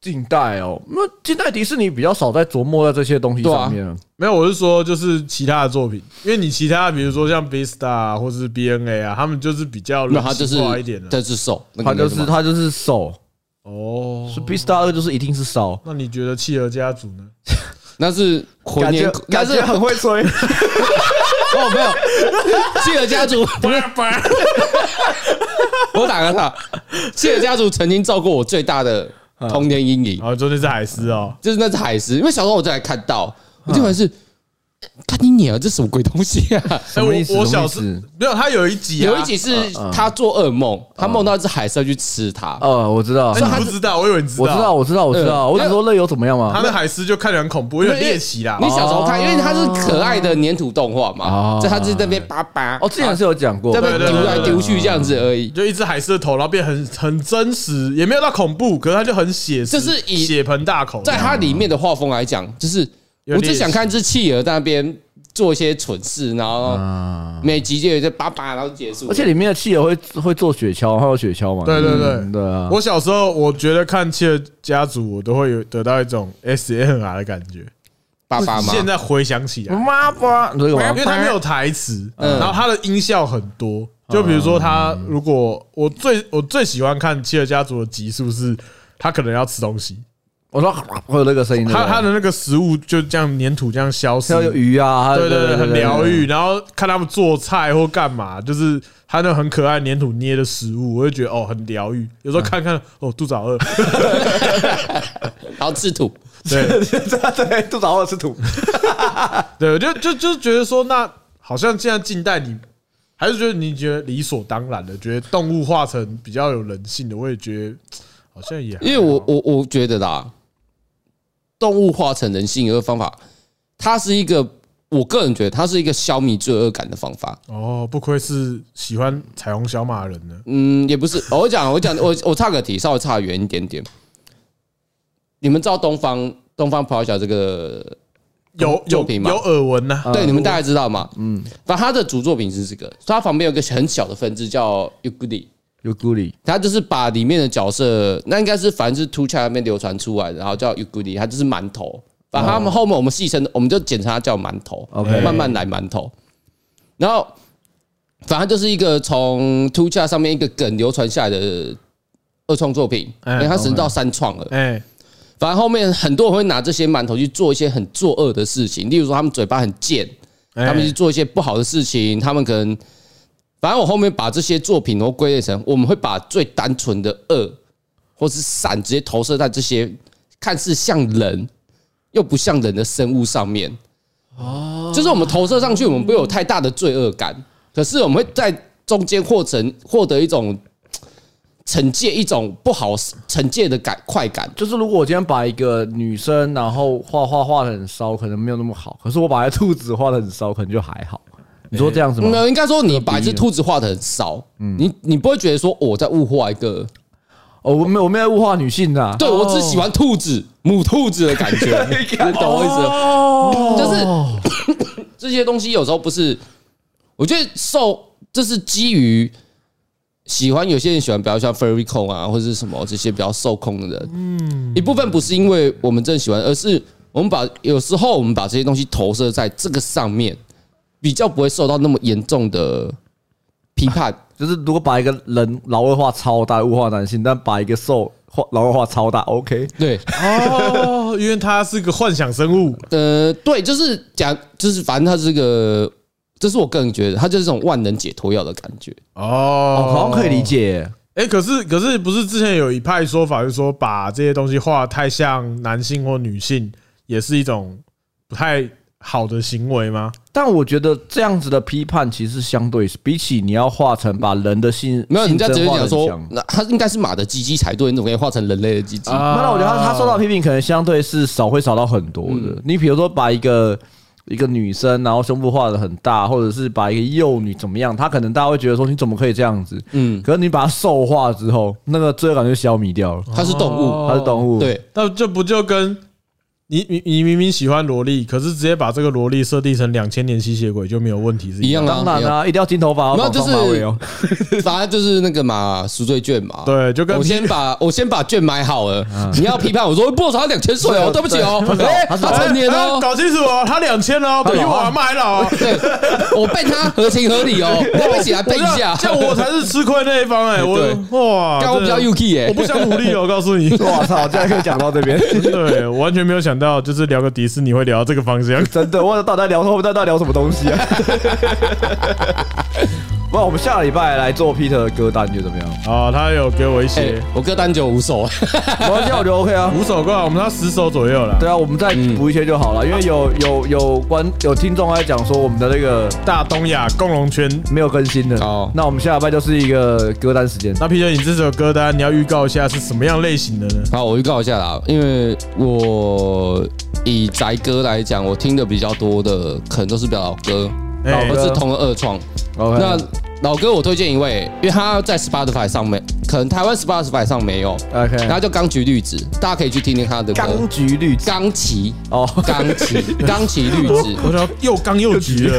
S2: 近代哦，那近代迪士尼比较少在琢磨在这些东西上面啊。
S1: 没有，我是说就是其他的作品，因为你其他的比如说像 B Star 啊或是 B N A 啊，他们就是比较
S3: 那他
S1: 人
S3: 就是
S1: 性化一点的。
S3: 这是手，那
S2: 他
S3: 个
S2: 就是他就是手，
S1: 哦，
S2: 是 B Star 二就是一定是手，
S1: 那你觉得企鹅家族呢？
S3: 那是混
S2: 感
S3: 年
S2: 觉，
S3: 那
S2: 感
S3: 是
S2: 觉很会吹，
S3: 哦，没有，谢尔家族， 我打个岔，谢尔家族曾经照顾我最大的
S2: 嗯
S3: 童年阴影，
S1: 啊，昨天是海狮哦，
S3: 就是那只海狮，因为小时候我就来看到，我
S2: 嗯
S3: 就还是看你鸟，这什么鬼东西 啊？
S2: 什么意思？
S1: 哎我我
S2: 什么
S1: 小
S2: 意
S1: 时
S2: 思？
S1: 没有，他有一集啊，
S3: 有一集是
S2: 嗯
S3: 他做噩梦，他梦到一只海狮要去吃 他，
S2: 呃，我知道，
S1: 哎，你不知道，我以为你知道，
S2: 我知道，我知道，我知道，
S3: 嗯
S2: 我只说那有怎么样
S1: 他
S2: 吗？
S1: 的海狮就看起来很恐怖，有点猎奇啦哦
S3: 你。小时候看，因为它是可爱的粘土动画
S2: 哦
S3: 嘛，在它是在那边叭叭，
S2: 哦，之前是有讲过
S3: 在，那
S1: 对对
S3: 边
S1: 对
S3: 丢来丢去这样子而已。
S1: 就一只海狮的头，然后变很很真实，也没有到恐怖，可是它就很写实，
S3: 就是以
S1: 血盆大口这
S3: 在
S1: 样。
S3: 它里面的画风来讲，就是
S1: 有
S3: 我只
S1: 猎
S3: 想
S1: 奇
S3: 看只企鹅在那边做一些蠢事，然后
S1: 啊
S3: 每集就有一个叭叭，然后结束。
S2: 而且里面的企鹅会会做雪橇，还有雪橇嘛？
S1: 对对对
S2: 嗯对啊，
S1: 我小时候，我觉得看《企鹅家族》，我都会有得到一种 S N R 的感觉。
S3: 叭叭嘛，
S1: 现在回想起来，
S2: 妈妈，这个
S1: 因
S2: 吗？
S1: 为它没有台词，
S3: 嗯
S1: 然后它的音效很多。就比如说，它如果我最我最喜欢看《企鹅家族》的集数是，它可能要吃东西，
S2: 我说啊会有那个声音，
S1: 它它
S2: 的
S1: 的那个食物就这样粘土这样消失，
S2: 有鱼啊，还有
S1: 对对对，很疗愈。。然后看他们做菜或干嘛，就是他那很可爱粘土捏的食物，我就觉得哦很疗愈。有时候看看哦肚子 好饿，
S3: 然后吃土，
S1: 对
S2: 对，肚子好饿吃土。
S1: 对，就就就觉得说，那好像现在近代你还是觉得你觉得理所当然的，觉得动物化成比较有人性的，我也觉得好像也还好
S3: 因为我我我觉得啦，动物化成人性有一个方法，它是一个我个人觉得它是一个消弭罪恶感的方法。
S1: 哦，不愧是喜欢彩虹小马的人呢。
S3: 嗯，也不是，我讲我讲我我岔个题，稍微岔远一点点。你们知道东方东方咆哮这个
S1: 有
S3: 作
S1: 有
S3: 品吗啊
S1: 有耳闻呐，
S3: 对，你们大概知道嘛。嗯，反正他的主作品是这个，它旁边有个很小的分支叫 u g u d i
S2: 有孤立，
S3: 它就是把里面的角色，那应该是凡是 Two c h a 那边流传出来的，然后叫 u g u d i 它就是馒头。把他们后面我们戏称，我们就简称它叫馒头
S2: OK
S3: 慢慢来馒头。然后，反正就是一个从 Two c h a 上面一个梗流传下来的二创作品，因
S1: 嗯
S3: 为它甚至到三创了。
S1: 哎，
S3: 反正后面很多人会拿这些馒头去做一些很作恶的事情，例如说他们嘴巴很贱，
S1: 哎
S3: 他们去做一些不好的事情，他们可能，反正我后面把这些作品都归类成，我们会把最单纯的恶或是善直接投射在这些看似像人又不像人的生物上面。哦，就是我们投射上去，我们不会有太大的罪恶感，可是我们会在中间获成获得一种惩戒一种不好惩戒的感快感。
S2: 就是如果我今天把一个女生，然后画画画的很骚，可能没有那么好；可是我把她兔子画的很骚，可能就还好。你说这样子吗
S1: 嗯
S3: 没？有，应该说你把一只兔子画的很骚，你你不会觉得说哦我在物化一个，
S2: 哦，我没有，我没有在物化女性啊哦的。
S3: 对我只喜欢兔子母兔子的感 觉，哦你懂我意思吗？
S2: 哦，
S3: 就是 这些东西有时候不是，我觉得受这是基于喜欢有些人喜欢，比较像 furry 控啊，或者是什么这些比较受控的人，嗯，一部分不是因为我们真的喜欢，而是我们把有时候我们把这些东西投射在这个上面，比较不会受到那么严重的批判。
S2: 就是如果把一个人老二画超大，物化男性，但把一个瘦画老二画超大，OK，
S3: 对，
S1: 哦，因为它是个幻想生物，
S3: 呃，对，就是讲，就是反正它是个，这是我个人觉得，它就是这种万能解脱药的感觉。
S1: 哦
S2: 哦，好像可以理。解。
S1: 哎、可是可是不是之前有一派说法，就是说把这些东西画得太像男性或女性，也是一种不太好的行为吗？
S2: 但我觉得这样子的批判其实相对比起你要画成把人的性
S3: 没有，人家直接讲
S2: 性征
S3: 说
S2: 画得很，强
S3: 那它应该是马的鸡鸡才对，你怎么可以画成人类的鸡鸡？
S1: 哦
S3: 啊嗯
S2: 那我觉得他他受到批评可能相对是少会少到很多的。你比如说把一个一个女生，然后胸部画的很大，或者是把一个幼女怎么样，他可能大家会觉得说你怎么可以这样子？
S3: 嗯，
S2: 可是你把它兽化之后，那个罪恶感就消弭掉了。
S3: 它是动物，
S1: 哦
S2: 它是动物，，
S3: 对，
S1: 那这不就跟你你你明明喜欢萝莉，可是直接把这个萝莉设定成两千年吸血鬼就没有问题是
S3: 一
S1: 样。
S3: 样
S2: 当
S3: 啊，
S2: 然
S3: 一
S2: 啦、
S3: 样。
S2: 一定要金头发，要
S3: 没有
S2: 绑双
S3: 就是
S2: 马尾哦。
S3: 反正就是那个嘛，赎罪券嘛。
S1: 对，就跟
S3: 啊我先把我先把券买好了，你要批判我说不，才两 千岁哦，对不起哦，哎，他成年
S1: 哎哎
S3: 哦，
S1: 搞清楚哦，他两千哦，
S2: 他
S1: 比
S2: 老啊，
S1: 我阿妈还老哦。
S3: 对，我背他合情合 理哦，对不起啊，背一下
S1: 我，这样我才是吃亏那一方 哎，我
S3: 对
S1: 哇，
S3: 刚我比较
S1: 真的
S3: UK
S1: 我
S3: 耶，
S1: 不想努力哦，我告诉 你
S2: 我操，竟然可以讲到这边，
S1: 对，我完全没有想到，就是聊个迪士尼会聊到这个方向。
S2: 真的，我到底在聊后面到底在聊什么东西啊？不，我们下礼拜来做 Peter 的歌单，你觉得怎么样？
S1: 啊，他有给我一
S3: 哎
S1: 些，
S3: 我歌单就无所谓，
S2: 没关系啊，我觉得 OK 啊。
S1: 五首歌啊，我们他十首左右啦。
S2: 对啊，我们再补一些就好了，因为有有有观有听众在讲说我们的那个
S1: 大东亚共荣圈。
S2: 没有更新的
S3: 哦，
S2: 那我们下礼拜就是一个歌单时间。
S1: 那 Peter，你这首歌单你要预告一下是什么样类型的呢？
S3: 好，我预告一下啦，因为我以宅歌来讲，我听的比较多的可能都是比较老歌，
S1: 哎
S3: 而是同了二创。
S2: OK，
S3: 那老歌我推荐一位，因为他在 Spotify 上面，可能台湾 Spotify 上没有，然后
S2: OK，
S3: 叫《柑橘绿子》，大家可以去听听他的歌。
S2: 柑橘绿子
S3: 钢旗，
S2: 哦，
S3: 钢旗， 钢旗绿
S1: 我
S3: 子，
S1: 想又刚又橘 了，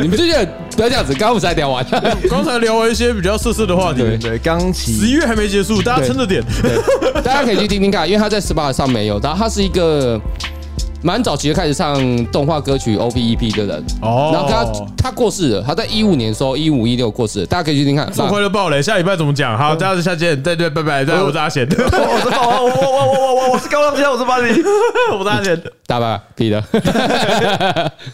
S3: 你们就觉得不要这样子，刚刚不是才聊完？
S1: 刚才聊了一些比较色色的话题。
S3: 对
S2: 对，钢
S1: 十一
S2: 琴
S1: 月还没结束，大家撑着点。
S3: 大家可以去听听看，因为他在 Spotify 上没有，然后他是一个蛮早期就开始唱动画歌曲 OPEP 的人，
S1: 哦，
S3: 然后他他过世了，他在一五年的时候，一五一六过世了，大家可以去听看。
S1: 送快乐爆雷，下礼拜怎么讲？
S3: 嗯
S1: 好，大家下见，再见，拜拜，再见，我是阿贤，
S2: 我哦我是我我我我我我我是高浪尖，我是巴黎。
S1: 我是阿贤。
S3: 大家拜拜，Peter。